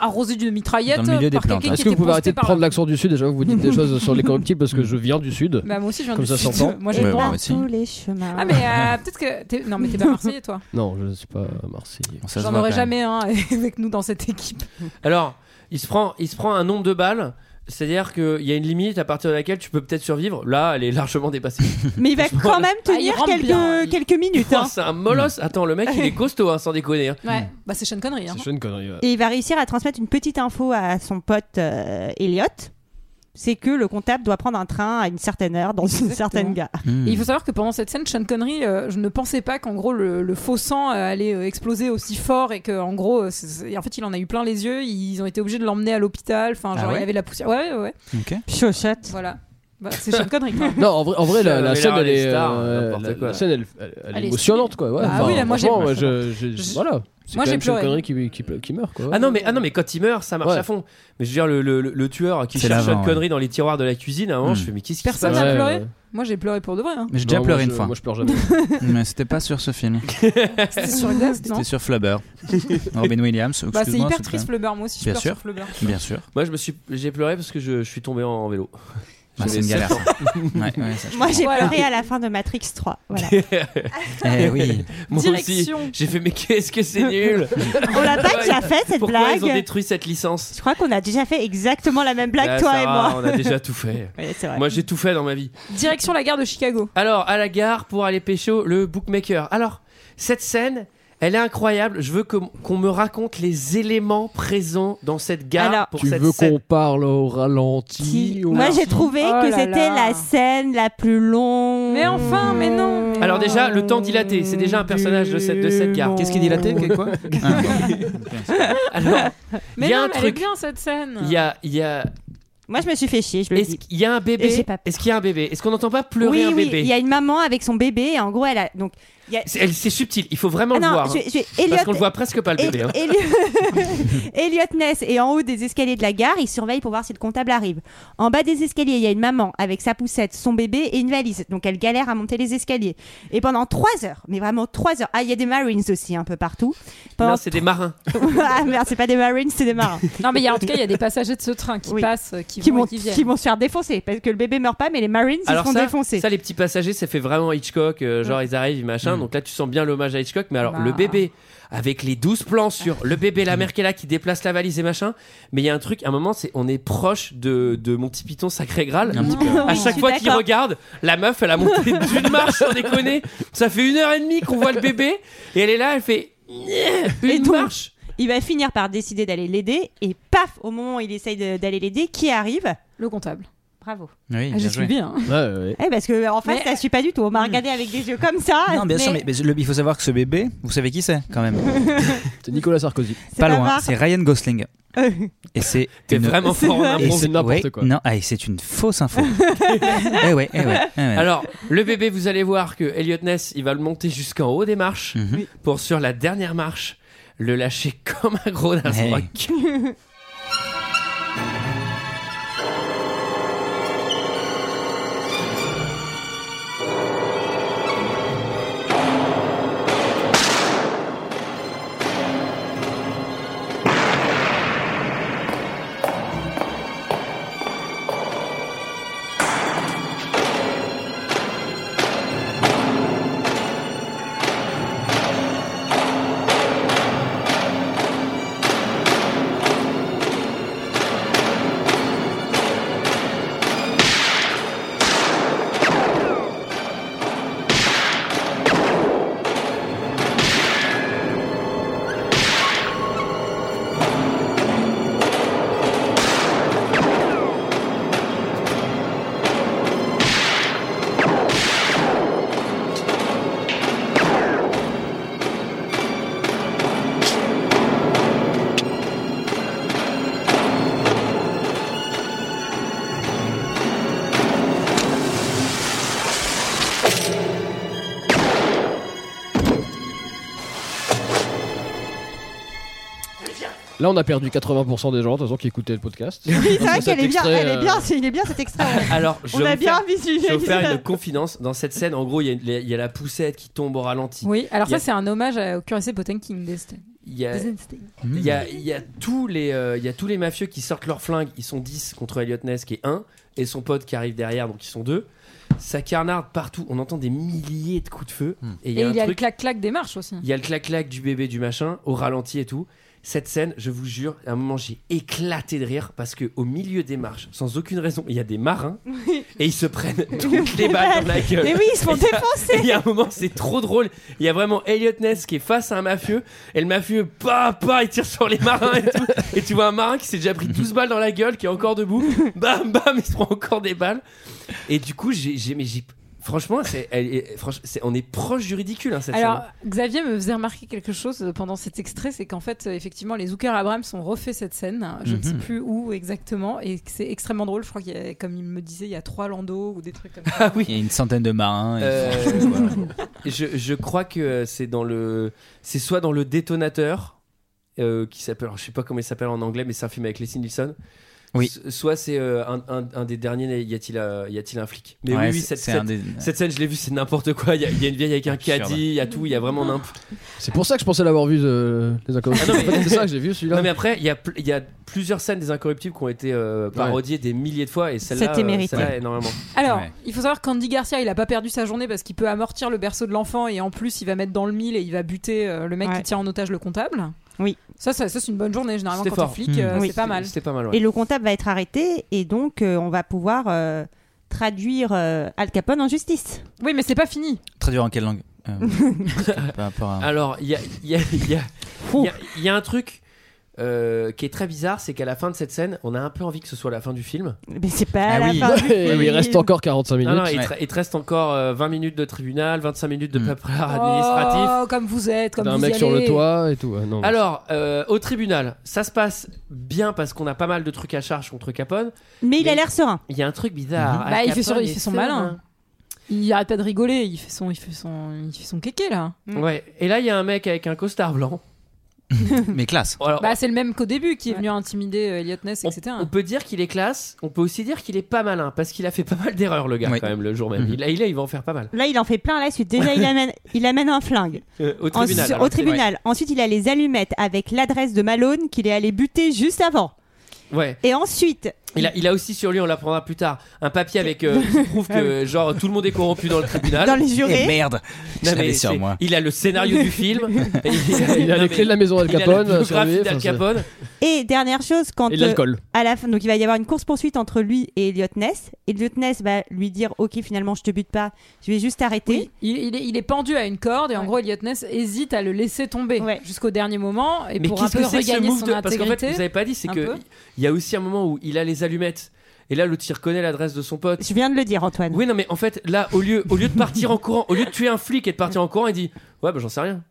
arrosé d'une mitraillette.
Dans le milieu des
par
plantes,
quelqu'un
hein.
qui
Est-ce que vous
était
pouvez arrêter
posté
de
par
prendre
là.
l'accent du sud Déjà, vous
[LAUGHS]
dites des choses sur les corruptibles parce que je viens du sud.
Bah, moi aussi, je viens
Comme
du
ça
sud.
s'entend.
Moi, je
Ouais,
prends.
bah, ouais. aussi.
Tous les chemins.
Ah, mais
[LAUGHS]
euh, peut-être que. t'es- Non, mais t'es pas Marseillais, toi.
Non, je ne suis pas à Marseille.
Ça se
J'en
voit
aurais
quand même.
jamais un [LAUGHS] avec nous dans cette équipe.
[LAUGHS] Alors, il se prend, il se prend un nombre de balles. C'est-à-dire qu'il y a une limite à partir de laquelle tu peux peut-être survivre. Là, elle est largement
[LAUGHS]
dépassée.
Mais il
[LAUGHS]
va quand même
Ah, il
tenir
rentre
quelques,
bien, il-
quelques minutes. hein.
Putain, c'est un molosse. Attends, le mec, il
[LAUGHS]
est costaud, hein, sans déconner. hein.
Ouais, bah, c'est Sean Connery. Hein.
C'est Sean Connery. ouais.
Et il va réussir à transmettre une petite info à son pote euh, Elliot. C'est que le comptable doit prendre un train à une certaine heure dans une
Exactement.
certaine gare.
Mhm.
Et il faut savoir que pendant cette scène, Sean Connery, euh, je ne pensais pas qu'en gros le, le faux sang euh, allait euh, exploser aussi fort et que en gros, euh, c'est- c'est- en fait, il en a eu plein les yeux. Ils ont été obligés de l'emmener à l'hôpital. Enfin,
Ah
genre, il
ouais
avait de la poussière. Ouais, ouais, ouais.
Ok.
Chochotte.
Voilà. Bah, c'est Sean Connery. quoi.
Non, en vrai, en vrai, la, la
Mais
scène,
là,
elle
les
est,
stars,
euh,
n'importe
la-
quoi.
la scène, elle, elle- elle
Elle
est
est
émotionnante, quoi. Ouais,
Ah
enfin,
oui, là, moi, j'ai-
franchement, je- je-
Je-
Voilà. C'est
Moi,
quand
j'ai
même Sean
pleuré.
Connery qui, qui, ple- qui meurt, quoi.
Ah non mais ah non mais quand il meurt ça marche
Ouais.
à fond. Mais je veux dire le, le, le- le tueur qui
C'est
cherche
l'avant,
une connerie dans les tiroirs de la cuisine à un moment
Hmm.
je fais mais qu'est-ce qui se
Personne
passe
n'a
Ouais,
pleuré
ouais.
Moi, j'ai pleuré pour de vrai. hein.
Mais j'ai déjà
Non,
pleuré
moi,
une
je-
fois.
Moi, je
[LAUGHS]
pleure jamais.
Mais c'était pas sur ce film.
C'était sur une glace, non
C'était sur Flubber.
[LAUGHS]
Robin Williams.
Bah, c'est
excuse-moi,
hyper
s'il te
triste,
plaît.
le beurre. Moi aussi, je
Bien
pleure
sûr.
sur le beurre.
Bien sûr.
Moi je me suis j'ai pleuré parce que je, je suis tombé en, en
[LAUGHS]
vélo.
Bah, c'est une
J'avais
galère.
sept ans.
ouais, ouais, ça, je-
Moi, j'ai
Voilà.
pleuré à la fin de Matrix 3. Voilà.
[LAUGHS]
Eh oui.
Moi aussi.
Direction.
J'ai fait mais qu'est-ce que c'est
[LAUGHS]
nul.
On l'a pas déjà fait cette
Pourquoi
blague
ils ont détruit cette licence
Je crois qu'on a déjà fait exactement la même blague,
Ah,
toi et
Sarah,
moi.
On a déjà tout fait.
Ouais, c'est vrai.
Moi j'ai tout fait dans ma vie.
Direction la gare de Chicago.
Alors, à la gare pour aller pécho le bookmaker. Alors, cette scène, elle est incroyable. Je veux que- qu'on me raconte les éléments présents dans cette gare
Alors-
pour
Tu
cette
veux
scène.
qu'on parle au ralenti
Qui-
au-
Moi, j'ai trouvé
Oh
que
là
c'était
là.
la scène la plus longue.
Mais enfin, mais non
Alors déjà, le temps dilaté, c'est déjà un
Oh,
personnage de cette- de cette gare.
Qu'est-ce qui dilatait que- Quoi Ah,
[LAUGHS]
Alors, il
Mais
y a
non,
un
mais elle est
truc.
bien cette scène.
Il y a, il y a...
Moi, je me suis fait chier, je le
Est-ce
dis.
qu'il y a un
Et
bébé
j'ai pas peur.
Est-ce qu'il y a un bébé Est-ce qu'on n'entend pas pleurer
Oui,
un
oui,
bébé
il y a une maman avec son bébé et en gros, elle a donc. il y a-
C'est elle- c'est subtil, il faut vraiment
Ah
le
non,
voir.
je,
hein.
je-
Parce qu'on le
Elliot,
voit presque pas le bébé. hein.
Elliot- Elliot Ness est en haut des escaliers de la gare, il surveille pour voir si le comptable arrive. En bas des escaliers, il y a une maman avec sa poussette, son bébé et une valise. Donc elle galère à monter les escaliers. Et pendant trois heures, mais vraiment trois heures. Ah, il y a des Marines aussi un
[LAUGHS]
peu partout. Pendant...
Non, c'est des marins.
ah merde, c'est pas des Marines, c'est des marins
Non, mais il y a, en tout cas, il y a des passagers de ce train qui
Oui.
passent, euh, qui,
qui
vont,
vont
et qui viennent.
qui vont se faire défoncer parce que le bébé meurt pas, mais les Marines ils se
Alors
font
ça,
défoncer.
ça, les petits passagers, ça fait vraiment Hitchcock. euh, genre, ils arrivent, ils machin.
Mm.
Donc là, tu sens bien l'hommage à Hitchcock. Mais alors,
Bah.
le bébé, avec les 12 plans sur le bébé,
Mm.
la mère qui est là, qui déplace la valise et machin. Mais il y a un truc, à un moment, c'est on est proche de, de mon petit python sacré Graal.
Un petit peu.
À
Oui, Ah, je
chaque
suis
fois qu'il
d'accord.
regarde, la meuf, elle a monté d'une marche, sans déconner. Ça fait une heure et demie qu'on voit le bébé. Et elle est là, elle
[LAUGHS]
fait une
Et donc,
marche.
Il va finir par décider d'aller l'aider et paf, au moment où il essaye de- d'aller l'aider, qui arrive
Le comptable.
Bravo.
Ah,
Oui, bien
J'ai
joué.
suivi. Hein.
Ouais, ouais, ouais.
Eh, parce que en face,
Mais- hmm.
ça suit pas du tout. On m'a regardé avec des yeux comme ça.
Non, bien sûr,
mais
Ah, mais, mais le- il faut savoir que ce bébé, vous savez qui c'est quand même.
C'est Nicolas Sarkozy.
c'est Euh,
Pas loin,
marre.
c'est Ryan Gosling. Et c'est
[LAUGHS] T'es
une- [LAUGHS]
vraiment fort en
vrai.
impro.
Et c'est n'importe
ouais,
quoi.
Non, ah, et c'est une fausse [LAUGHS] info. eh ouais, eh ouais. eh ouais.
Alors, le bébé, vous allez voir que Elliot Ness, il va le monter jusqu'en haut des marches
Mhm. Oui.
pour sur la dernière marche le lâcher [LAUGHS] comme un gros Nazrock.
Là, on a perdu 80% des gens, de toute façon, qui écoutaient le podcast.
[LAUGHS]
Oui, c'est vrai
Cet
qu'elle est bien,
extrait,
elle est
euh,
bien, c'est- il est bien cet extrait.
[LAUGHS]
On-
Alors, [LAUGHS] je
On
vais
a
vous faire-
bien
je vais
visualisé.
vous faire une confidence. Dans cette scène, en gros, il y a une- il y, a la poussette qui tombe au ralenti.
Oui, alors
Il y a-
ça, c'est un hommage à- au Curiosité Potemkin des
Il y a,
des-
il y a- il y a tous les, euh, il y a tous les mafieux qui sortent leurs flingues. Ils sont 10 contre Elliot Ness qui est 1 et son pote qui arrive derrière, donc ils sont 2. Ça carnarde partout. On entend des milliers de coups de feu. Et il y
Et
a un
il y a le
truc
clac-clac des marches aussi.
Il y a le clac-clac du bébé, du machin, au ralenti et tout. Cette scène, je vous jure, à un moment j'ai éclaté de rire parce que au milieu des marches, sans aucune raison, il y a des marins et ils se
[LAUGHS]
prennent toutes les balles dans la gueule.
Mais oui, ils se
[LAUGHS]
font
Et il y a-
défoncer.
et il y a un moment, c'est trop drôle. Il y a vraiment Elliot Ness qui est face à un mafieux et le mafieux, pa, pa, il tire sur les marins et tout. Et tu vois un marin qui s'est déjà pris 12 balles dans la gueule, qui est encore debout. Bam, bam, il se prend encore des balles. Et du coup, j'ai, j'ai, mais j'ai- Franchement, c'est, elle est- franch- c'est- on est proche du ridicule hein, cette
Alors,
scène.
Xavier me faisait remarquer quelque chose euh, pendant cet extrait, c'est qu'en fait, euh, effectivement, les Zucker Abrams ont refait cette scène, hein,
Mm.
je ne sais
Mm-hmm.
Mhm.
plus où exactement, et que c'est extrêmement drôle. Je crois qu'il y a, comme il me disait, il y a trois landaux ou des trucs comme ça.
Il y a une centaine de marins. et-
Euh,
Voilà.
je, je crois que euh, c'est dans le, c'est soit dans le détonateur euh, qui s'appelle, alors, je sais pas comment il s'appelle en anglais, mais c'est un film avec Leslie Nielsen.
Oui.
S- Soit c'est euh, un, un- un des derniers. Y a-t-il un- y a-t-il un flic Mais
Ouais,
oui, oui,
c'est-
cette,
c'est
cette-
un des-
cette scène, je l'ai vue, c'est n'importe quoi. Il y, a- il y a une vieille avec un caddie, il y a tout, il y a vraiment n'importe.
C'est pour ça que je pensais l'avoir vu, euh, les inconnus.
Ah non, mais-
En fait, c'est ça que j'ai vu celui-là.
Non mais après, il y, a pl- il y a plusieurs scènes des Incorruptibles qui ont été euh, parodiées des milliers de fois et celle-là,
C'était
euh,
mérité.
celle-là,
Ouais.
énormément.
Alors, il faut savoir qu'Andy Garcia, il a pas perdu sa journée parce qu'il peut amortir le berceau de l'enfant et en plus, il va mettre dans le mille et il va buter euh, le mec qui tient en otage le comptable.
Oui.
Ça, ça, ça, c'est une bonne journée. Généralement,
C'était
quand
fort.
t'es flic, euh,
Mmh. Oui.
c'est pas mal.
C'était pas mal. ouais.
Et le comptable va être arrêté et donc euh, on va pouvoir euh, traduire euh, Al Capone en justice.
Oui, mais c'est pas fini.
Traduire en quelle langue [LAUGHS] Euh, hein. Par rapport à.
Alors, il y a, il y a- il y a- il y a- il y a un truc euh, qui est très bizarre, c'est qu'à la fin de cette scène, on a un peu envie que ce soit la fin du film.
Mais c'est pas
Ah
la
oui.
fin
[LAUGHS]
du
Et
film.
il reste encore 45 minutes.
Non, non, il,
Ouais.
te, il te reste encore euh, 20 minutes de tribunal, 25 minutes de
Mm.
paperasse Ah, administratif.
Oh, comme vous êtes, comme vous
D'un
y
mec sur le
allez.
toit et tout. ouais, non.
Alors, euh, au tribunal, ça se passe bien parce qu'on a pas mal de trucs à charge contre Capone.
Mais il a
Mais-
l'air serein.
Il y a un truc bizarre. Al
Bah, il fait,
Capone
sur- il
est hein.
fait son
seul,
malin. Il arrête pas de rigoler. Il fait son, il fait son, il fait son kéké là.
hein. Ouais. Et là, il y a un mec avec un costard blanc. Ah.
Mais classe.
Alors,
Bah, c'est le même qu'au début qui est venu intimider euh, Elliot Ness,
on,
etc.
on peut dire qu'il est classe. On peut aussi dire qu'il est pas malin parce qu'il a fait pas mal d'erreurs, le gars,
Oui.
quand même, le jour même.
Mhm.
Il, a- il, a- il va en faire pas mal.
Là, il en fait plein à la suite. Déjà, il amène, il amène un flingue
Euh, au
En-
tribunal.
au
alors.
tribunal. Ensuite, il a les allumettes avec l'adresse de Malone qu'il est allé buter juste avant.
Ouais.
Et ensuite,
Il a, il a aussi sur lui, on l'apprendra plus tard, un papier avec euh,
[LAUGHS]
qui prouve
Ah
que genre tout le monde est corrompu dans le tribunal.
dans les
Et
Eh,
jurés,
Eh merde Je
Non, mais
l'avais sur
c'est-
moi.
Il a le scénario du
[LAUGHS]
film. Et
il a
non,
les
mais
clés de la maison Al
il a la
Capone. euh,
biographie
sur lui, enfin,
d'Al
c'est-
Capone.
et dernière chose, quand
Et de
euh,
l'alcool.
à la fin, donc il va y avoir une course poursuite entre lui et Elliot Ness. Elliot Ness va lui dire Ok, finalement, je te bute pas, je vais juste
Oui,
t'arrêter.
il, il est, il est pendu à une corde et en gros, Elliot Ness hésite à le laisser tomber
Ouais.
jusqu'au dernier moment et
Mais
pour un
qu'est-ce
peu
que c'est que ce
regagner
move
son
de... Parce qu'en fait,
intégrité.
vous avez pas dit, c'est
un
que
peu.
il y a aussi un moment où il a les allumettes et là l'autre il reconnaît l'adresse de son pote.
Je viens de le dire, Antoine.
Oui, non, mais en fait, là, au lieu, au lieu de partir en courant, au lieu de tuer un flic et de partir en courant, il dit Ouais, bah j'en sais rien.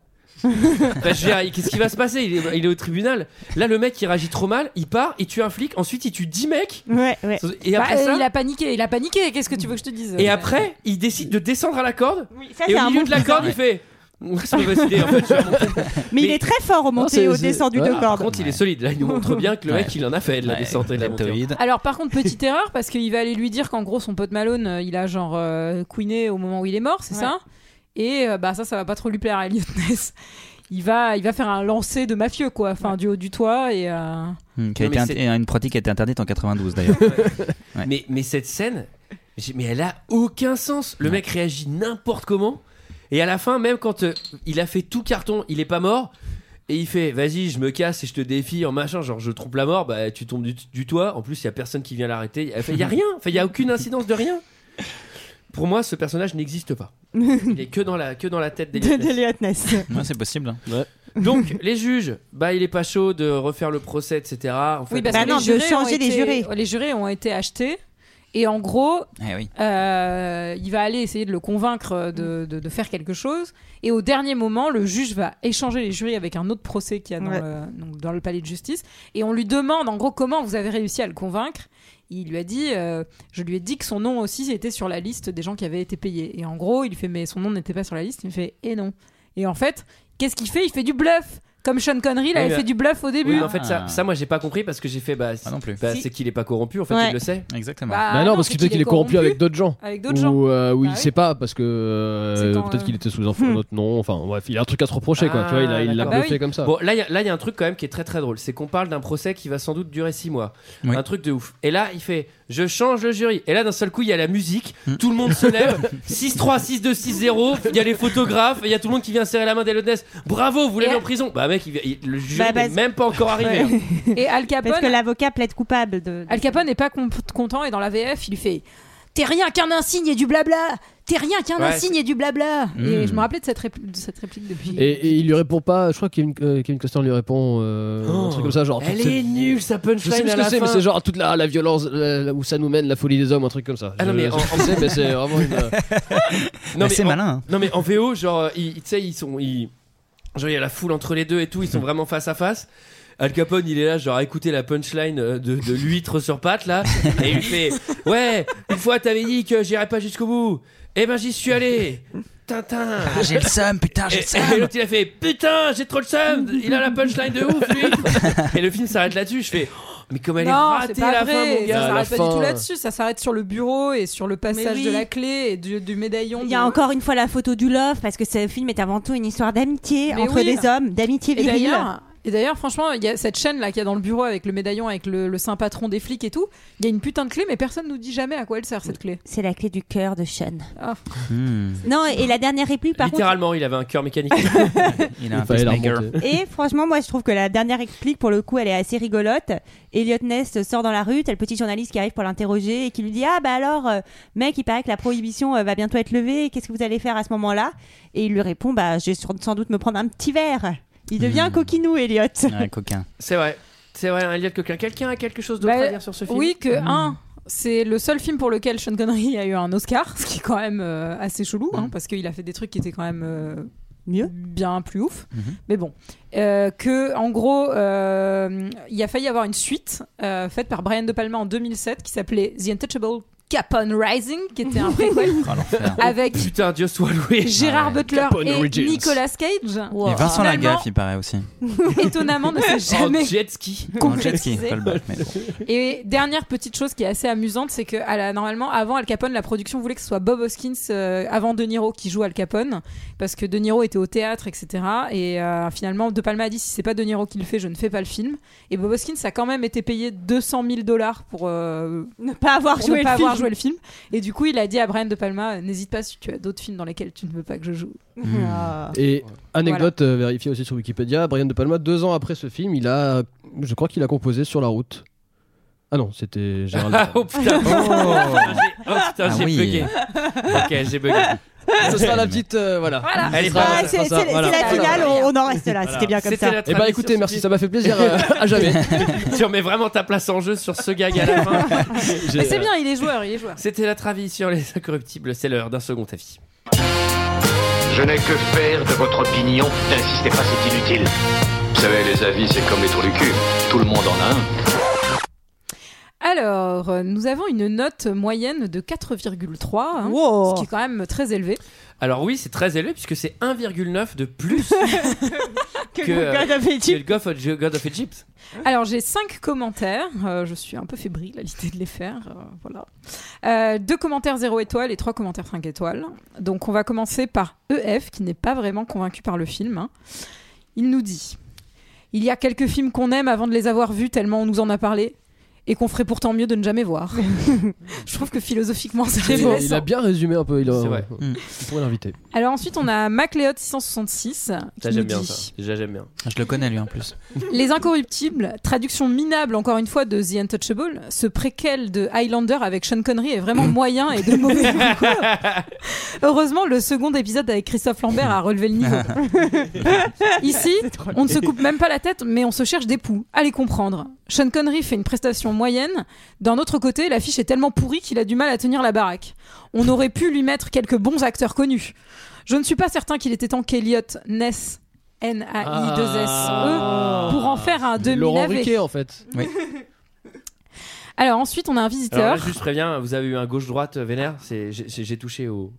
Enfin, je veux dire, qu'est-ce qui va se passer il est, il est au tribunal. Là, le mec, il réagit trop mal, il part, il tue un flic, ensuite il tue 10 mecs.
Ouais, ouais.
Et
Bah,
après
euh,
ça,
il a paniqué, il a paniqué. Qu'est-ce que tu veux que je te dise
Et après, il décide de descendre à la corde.
Oui, ça,
Et
c'est
au
un
milieu
bon
de la corde, il fait. C'est pas une bonne idée, en fait.
Mais il
Mais-
est très fort au monté et
c'est-
au
c'est-
descendu
ouais.
de
Ah, Par
corde.
contre, il est solide. Là, il nous montre bien que le mec,
Ouais.
il en a fait de la
Ouais,
descente et de la montée.
deltoïde.
Alors par contre petite [LAUGHS] erreur parce qu'il va aller lui dire qu'en gros son pote Malone euh, il a genre euh, queené au moment où il est mort c'est
Ouais.
ça et euh, bah ça ça va pas trop lui plaire à Elliot Ness [LAUGHS] il va il va faire un lancer de mafieux quoi enfin du haut du toit et euh,
Hmm, qui a
Non,
été
mais
int-
c'est-
Une pratique qui a été interdite en 92 d'ailleurs.
[LAUGHS]
Ouais.
Mais, mais cette scène, j'ai- mais elle a aucun sens. Le mec réagit n'importe comment. Et à la fin, même quand euh, il a fait tout carton, il est pas mort. Et il fait, vas-y, je me casse et je te défie en machin, genre je trompe la mort, bah tu tombes du, du toit. En plus, il y a personne qui vient l'arrêter. Enfin, Il y a rien. Enfin, il y a aucune incidence de rien. Pour moi, ce personnage n'existe pas. Il est que dans la, que dans la
[LAUGHS]
tête des
de,
Liechtenstein.
d'Eliot Ness.
Ouais, c'est possible. hein.
Donc, les juges, bah, il est pas chaud de refaire le procès, etc. En fait,
oui parce
Bah
que
non,
les
de
jurés ont
changer les
été-
jurés.
les jurés ont été achetés et en gros
Eh oui.
Euh, il va aller essayer de le convaincre de, de- de faire quelque chose. Et au dernier moment, le juge va échanger les jurys avec un autre procès qu'il y a dans,
Ouais.
le, donc dans le palais de justice. Et on lui demande en gros comment vous avez réussi à le convaincre. Il lui a dit, euh, je lui ai dit que son nom aussi était sur la liste des gens qui avaient été payés. Et en gros, il lui fait, mais son nom n'était pas sur la liste. Il me fait, et non. Et en fait, qu'est-ce qu'il fait Il fait du bluff. Comme Sean Connery, il
Oui,
avait
mais-
fait du bluff au
oui,
début.
mais en fait, ça,
Ah.
ça moi, j'ai pas compris parce que j'ai fait, bah,
Ah,
Moi non plus.
bah,
Si.
c'est qu'il est pas corrompu, en fait,
Ouais.
il le sait.
Exactement.
Ah,
Bah,
Bah non, parce que
c'est
peut-être qu'il est corrompu avec d'autres gens.
avec
Ou
d'autres gens.
euh, ou
Bah
il
oui.
sait pas parce que euh,
C'est quand,
peut-être
euh,
qu'il était sous un faux- un autre nom. Enfin bref, il a un truc à se reprocher quoi.
Hmm. Ah,
Tu vois, il a- il l'a
d'accord. Bah
bluffé
oui.
comme ça.
Bon, là, il y a- là, il y a un truc quand même qui est très très drôle. C'est qu'on parle d'un procès qui va sans doute durer 6 mois.
Oui.
Un truc de ouf. Et là, il fait Je change le jury. Et là, d'un seul coup, il y a la musique.
Mm.
Tout le monde se lève.
[LAUGHS]
6-3, 6-2, 6-0. Il y a les photographes. Il y a tout le monde qui vient serrer la main d'Elliot Ness. Bravo, vous l'avez
Et-
en prison. Bah, mec, il- il- le jury
Bah,
n'est
bah,
même pas encore arrivé. hein.
Et Al
[LAUGHS] Parce que
Capone hein.
l'avocat plaide coupable de.
Al Capone n'est pas comp- content et dans la VF, il lui fait T'es rien qu'un insigne et du blabla T'es rien qu'un
Ouais,
insigne et du blabla
Mm.
Et je me rappelais de cette, répl- de cette réplique depuis.
Et, et il lui répond pas, je crois que Kevin, euh, Kevin Costner lui répond euh, un
Oh,
truc comme ça, genre.
elle
toute
est
cette-
nulle, sa
Je sais
punchline à
plus ce que
la
c'est, mais
fin.
c'est genre toute la, la violence la- la- où ça nous mène, la folie des hommes, un truc comme ça.
Ah non,
Je-
mais
je
en-
sais, mais c'est vraiment une.
[LAUGHS]
euh,
Non,
Bah, c'est
en- [LAUGHS]
malin, hein.
Non mais en VO, genre, euh, ils- tu sais, ils sont, ils- genre il y a la foule entre les deux et tout, ils sont vraiment face à face. Al Capone, il est là, genre, à écouter la punchline euh, de, de l'huître sur patte, là, et il fait Ouais, une fois t'avais dit que j'irais pas jusqu'au bout, eh ben j'y suis allé Tintin
Ah, j'ai le seum, putain, j'ai
Et,
le
et
seum.
l'autre, il a fait Putain, j'ai trop le seum Il a la punchline de ouf, lui Et le film s'arrête là-dessus, je fais Oh, Mais comme elle est
non,
ratée
c'est pas
la
vrai.
fin, mon
Ça
gars
s'arrête pas du tout
fin. euh,
là-dessus. Ça s'arrête sur le bureau et sur le passage
oui.
de la clé et du, du médaillon.
Il y a
de-
encore une fois la photo du love parce que ce film est avant tout une histoire d'amitié
Mais
entre
oui.
des hommes, d'amitié
Et
virile.
d'ailleurs, et d'ailleurs, franchement, il y a cette chaîne là qu'il y a dans le bureau avec le médaillon, avec le, le saint patron des flics et tout. Il y a une putain de clé, mais personne nous dit jamais à quoi elle sert cette clé.
C'est la clé du cœur de Sean.
Ah.
Hmm,
Non, et la dernière réplique, par contre,
Littéralement, il avait un cœur
[LAUGHS]
mécanique.
il a
il
un
fallait la
pacemaker.
remonter.
Et franchement, moi, je trouve que la dernière réplique, pour le coup, elle est assez rigolote. Elliot Ness sort dans la rue, t'as le petit journaliste qui arrive pour l'interroger et qui lui dit Ah, bah alors, euh, mec, il paraît que la prohibition euh, va bientôt être levée, qu'est-ce que vous allez faire à ce moment-là Et il lui répond Bah, je vais sur- sans doute me prendre un petit verre. Il devient
Hmm.
coquinou, Elliot. [LAUGHS]
Ouais, coquin.
C'est vrai. C'est vrai, Elliot Coquelin. Quelqu'un a quelque chose d'autre
Bah,
à dire sur ce film
Oui, que un, c'est le seul film pour lequel Sean Connery a eu un Oscar, ce qui est quand même euh, assez chelou, hein, parce qu'il a fait des trucs qui étaient quand même euh,
Mieux.
bien plus ouf.
Mhm.
Mais bon, Euh, que en gros, euh, il a failli avoir une suite euh, faite par Brian De Palma en 2007 qui s'appelait The Untouchable Capone Rising, qui était un préquel
Ah, l'enfer.
avec
Putain, Dieu soit loué.
Gérard
Ouais.
Butler
Capone
et
Origins.
Nicolas Cage.
Et Vincent
Finalement-
Lagaffe, il paraît aussi.
Étonnamment, ne
[LAUGHS]
s'est jamais
En Oh, jet ski.
Oh,
En jet ski,
concrétisé.
pas le bol, mais bon.
Et dernière petite chose qui est assez amusante, c'est que à la- normalement, avant Al Capone, la production voulait que ce soit Bob Hoskins euh, avant De Niro qui joue Al Capone, parce que De Niro était au théâtre, etc. Et euh, finalement, De Palma a dit si c'est pas De Niro qui le fait, je ne fais pas le film. Et Bob Hoskins a quand même été payé 200 000 dollars pour, euh,
Ne pas avoir
pour
joué
ne
le
pas avoir
film.
joué le film. Et du coup, il a dit à Brian De Palma euh, n'hésite pas si tu as d'autres films dans lesquels tu ne veux pas que je joue.
[LAUGHS] Ah.
Et anecdote euh, vérifiée aussi sur Wikipédia, Brian De Palma, deux ans après ce film, il a, je crois qu'il a composé sur la route. Ah non, c'était Gérald.
[LAUGHS] Ah, oh putain. Oh putain,
Ah
j'ai
oui.
bugué. Ok, j'ai bugué.
[LAUGHS]
Ce sera la petite, euh, voilà.
Voilà.
Elle est
sera-
pas
Ah,
mal.
ça,
c'est
ça,
c'est-
ça,
c'est
voilà.
la finale,
Voilà.
on, on en reste là. C'était bien comme
C'était
ça.
la
Eh bah écoutez,
traduction
merci,
subtile.
ça m'a fait plaisir euh,
[LAUGHS]
à jamais.
Tu remets vraiment ta place en jeu sur ce gag à la fin.
J'ai-
Mais c'est bien, il est joueur, il est joueur.
C'était la travi sur les incorruptibles. C'est l'heure d'un second avis.
[LAUGHS] Je n'ai que faire de votre opinion. N'insistez pas, c'est inutile.
Vous savez, les avis, c'est comme les trous du cul. Tout le monde en a un.
Alors, euh, nous avons une note moyenne de 4,3, hein,
Wow.
ce qui est quand même très élevé.
Alors oui, c'est très élevé puisque c'est 1,9 de plus
Que
que,
le God of
que
Egypt.
le God of, God of Egypt.
Alors, j'ai 5 commentaires. euh, je suis un peu fébrile à l'idée de les faire. euh, voilà. Euh, deux commentaires 0 étoiles et trois commentaires 5 étoiles. Donc, on va commencer par EF, qui n'est pas vraiment convaincu par le film. hein. Il nous dit Il y a quelques films qu'on aime avant de les avoir vus, tellement on nous en a parlé. Et qu'on ferait pourtant mieux de ne jamais voir. [LAUGHS] je trouve que philosophiquement, c'est
Il,
intéressant.
il a bien résumé un peu. Il a,
C'est vrai.
Mm. On pourrait l'inviter.
Alors ensuite, on a MacLeod666
Ça
qui nous
j'aime bien
dit
ça. Ça, J'aime bien.
Je le connais lui en plus.
Les Incorruptibles, traduction minable encore une fois de The Untouchable, ce préquel de Highlander avec Sean Connery est vraiment moyen et de mauvais goût. Heureusement, le second épisode avec Christophe Lambert a relevé le niveau. Ici, on ne se coupe même pas la tête, mais on se cherche des poux. Allez comprendre. Sean Connery fait une prestation moyenne. D'un autre côté, l'affiche est tellement pourrie qu'il a du mal à tenir la baraque. On aurait pu lui mettre quelques bons acteurs connus. Je ne suis pas certain qu'il était temps qu'Eliot Ness, Ah, N-A-I-2-S-E, pour en faire un
Ah. Laurent
2000
Ruquet en fait.
[LAUGHS] Alors ensuite, on a un
Alors là,
visiteur.
juste préviens, vous avez eu un gauche-droite euh, vénère. C'est j'ai- j'ai j'ai touché au.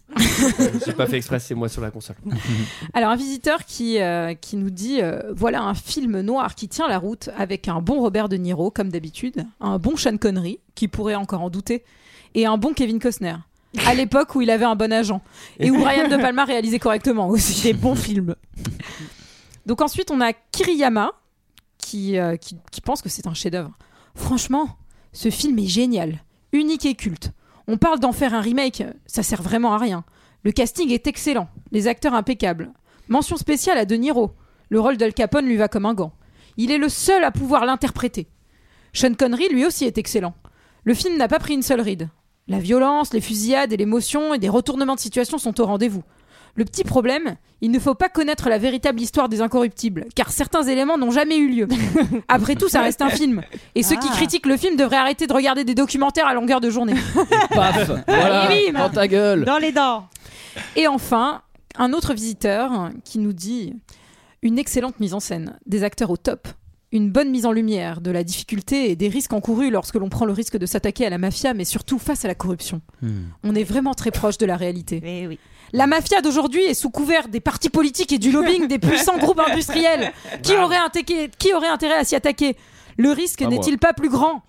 j'ai pas fait exprès, c'est moi sur la console.
Alors un visiteur qui, euh, qui nous dit euh, voilà un film noir qui tient la route avec un bon Robert De Niro comme d'habitude, un bon Sean Connery qui pourrait encore en douter et un bon Kevin Costner. [LAUGHS] À l'époque où il avait un bon agent et où [LAUGHS] Brian De Palma réalisait correctement aussi des bons films. Donc ensuite on a Kiriyama qui, euh, qui, qui pense que c'est un chef-d'œuvre. Franchement, ce film est génial, unique et culte. On parle d'en faire un remake, ça sert vraiment à rien. Le casting est excellent, les acteurs impeccables. Mention spéciale à De Niro. Le rôle d'Al Capone lui va comme un gant. Il est le seul à pouvoir l'interpréter. Sean Connery, lui aussi, est excellent. Le film n'a pas pris une seule ride. La violence, les fusillades et l'émotion et des retournements de situation sont au rendez-vous. Le petit problème, il ne faut pas connaître la véritable histoire des incorruptibles, car certains éléments n'ont jamais eu lieu. Après tout, ça reste un film. Et ceux qui
Ah.
critiquent le film devraient arrêter de regarder des documentaires à longueur de journée.
Paf Voilà
Ah, oui, mais-
Dans ta
[LAUGHS]
gueule
Dans les dents.
Et enfin, un autre visiteur qui nous dit une excellente mise en scène, des acteurs au top, une bonne mise en lumière de la difficulté et des risques encourus lorsque l'on prend le risque de s'attaquer à la mafia, mais surtout face à la corruption.
Hmm.
On est vraiment très proche de la réalité.
Mais Eh oui.
La mafia d'aujourd'hui est sous couvert des partis politiques et du lobbying des puissants groupes industriels. Qui aurait, attaqué- qui aurait intérêt à s'y attaquer Le risque
Pas moi.
n'est-il pas plus grand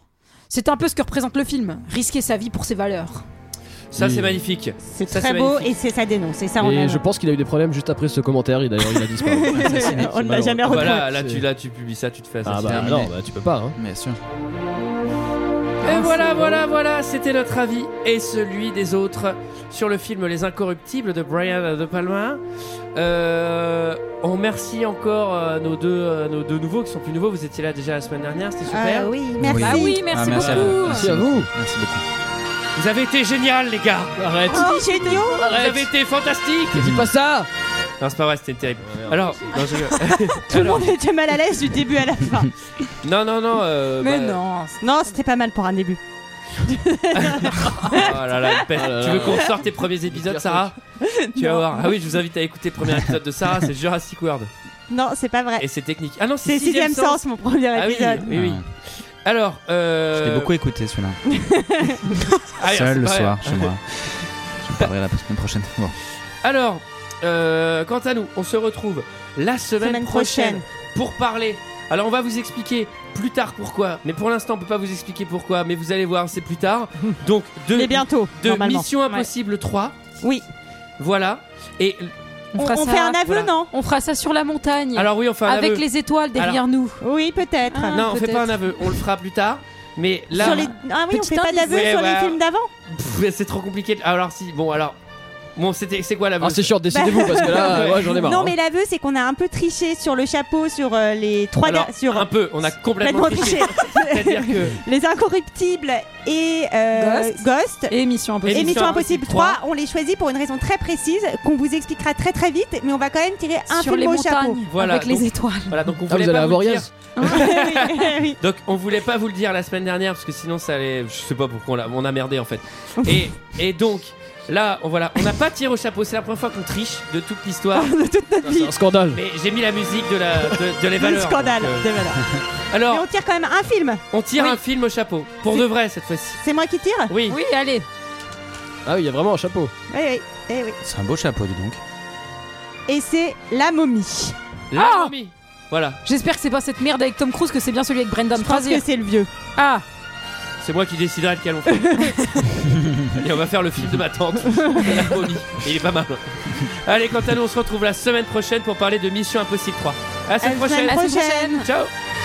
C'est un peu ce que représente le film, risquer sa vie pour ses valeurs.
Ça,
Oui.
c'est magnifique.
C'est
Ça,
très
c'est
beau
magnifique.
et c'est ça dénonce. Et ça, on
Et
a-
je pense qu'il a eu des problèmes juste après ce commentaire. Il d'ailleurs, il
[LAUGHS]
a disparu.
On ne l'a jamais
Ah bah
retrouvé.
là, là, tu, là, tu publies ça, tu te fais
Ah
assassiner.
bah non, bah, tu peux pas. Hein.
Bien sûr.
Et voilà, voilà, voilà, c'était notre avis et celui des autres sur le film Les Incorruptibles de Brian De Palma. Euh, on remercie encore euh, nos, deux, euh, nos deux nouveaux qui sont plus nouveaux. Vous étiez là déjà la semaine dernière, c'était super.
Ah oui, merci.
Ah oui, merci,
Ah, merci à
beaucoup.
vous.
Merci à vous.
Merci beaucoup.
Vous avez été génial, les gars.
Arrête.
Oh, géniaux.
Vous avez été fantastique.
Dis pas ça.
Ah,
Non, c'est pas vrai, c'était terrible.
Ah,
Alors, non, je-
Tout le monde était mal à l'aise du début à la fin.
[LAUGHS] non, non, non. euh,
Mais
bah, [LAUGHS]
non,
Non, c'était pas mal pour un début.
Oh là là, une peste.
Oh là
tu
là.
veux qu'on sorte tes premiers épisodes, Sarah Tu vas voir. Ah oui, je vous invite à écouter le premier épisode de Sarah, c'est Jurassic World.
Non, c'est pas vrai.
Et c'est technique. Ah non, c'est
C'est sixième sens, mon premier
Ah oui,
épisode.
oui, oui. Alors, euh...
Je l'ai beaucoup écouté celui-là.
Ah, c'est
Seul le
pas vrai.
soir chez moi. Je vous parlerai la semaine prochaine. Bon.
Alors, euh, quant à nous, on se retrouve la semaine,
Semaine
prochaine,
prochaine.
pour parler. Alors, on va vous expliquer plus tard pourquoi. Mais pour l'instant, on peut pas vous expliquer pourquoi. Mais vous allez voir, c'est plus tard. Donc, de,
Mais bientôt,
de
normalement.
Mission Impossible 3.
Oui.
Voilà. Et
On,
fera
on
ça.
fait un aveu,
Voilà.
non
On fera ça sur la montagne.
alors, oui, on fait un
avec
aveu.
les étoiles derrière nous.
Oui, peut-être.
Ah,
Non, on fait
peut-être.
pas un aveu. On le fera plus tard. Mais là,
Sur les... Ah oui, on
Petit
fait pas
indice.
d'aveu
Ouais,
sur
ouais.
les films d'avant.
pff, c'est trop compliqué. Alors, si. Bon, alors. Bon, c'était. C'est
Oh,
quoi l'aveu
Ah, c'est
bah,
chiant, décidez-vous parce
[LAUGHS]
que là, ouais, j'en ai marre.
Non,
hein.
mais l'aveu, c'est qu'on a un peu triché sur le chapeau, sur euh, les trois.
Alors,
da- sur
un peu. On a complètement
complètement
triché. C'est-à-dire que.
[LAUGHS] les incorruptibles et euh,
Ghost.
Ghost.
Et Mission Impossible.
Et Mission Impossible 3,
trois.
on les choisit pour une raison très précise qu'on vous expliquera très très vite, mais on va quand même tirer un
sur les
film au chapeau.
montagnes.
Voilà,
avec
donc-
les étoiles.
Voilà, donc on
Ah,
voulait
vous allez
pas
à
vous le dire.
Voriez
Eh Oui,
Donc on voulait pas vous le dire la semaine dernière parce que sinon ça allait, je sais pas pourquoi on l'a- on a, merdé en fait. Et, et donc là on voilà, on n'a pas tiré au chapeau, c'est la première fois qu'on triche de toute
[LAUGHS]
l'histoire.
eh oui. de toute notre
C'est
vie.
un scandale.
Mais j'ai mis la musique de la de, de les
Le
valeurs.
scandale.
donc, euh,
de valeur. Mais
alors
on tire quand même un film.
on tire
Oui.
un film au chapeau pour de vrai cette fois-ci.
C'est moi qui tire
Oui.
Oui, allez.
Ah oui, il y a vraiment un chapeau.
Oui, oui. Eh oui.
C'est un beau chapeau, dis donc.
Et c'est La momie.
La
Ah
momie. Voilà,
J'espère que c'est pas cette merde avec Tom Cruise que c'est bien celui avec Brendan
Je pense que
Fraser.
c'est le vieux.
Ah,
c'est moi qui déciderai lequel on fait. et on va faire le film de ma tante. La momie. Et Il est pas mal. hein. Allez, quant à nous, on se retrouve la semaine prochaine pour parler de Mission Impossible 3. À la semaine
À la semaine
prochaine.
prochaine.
Ciao.
ciao.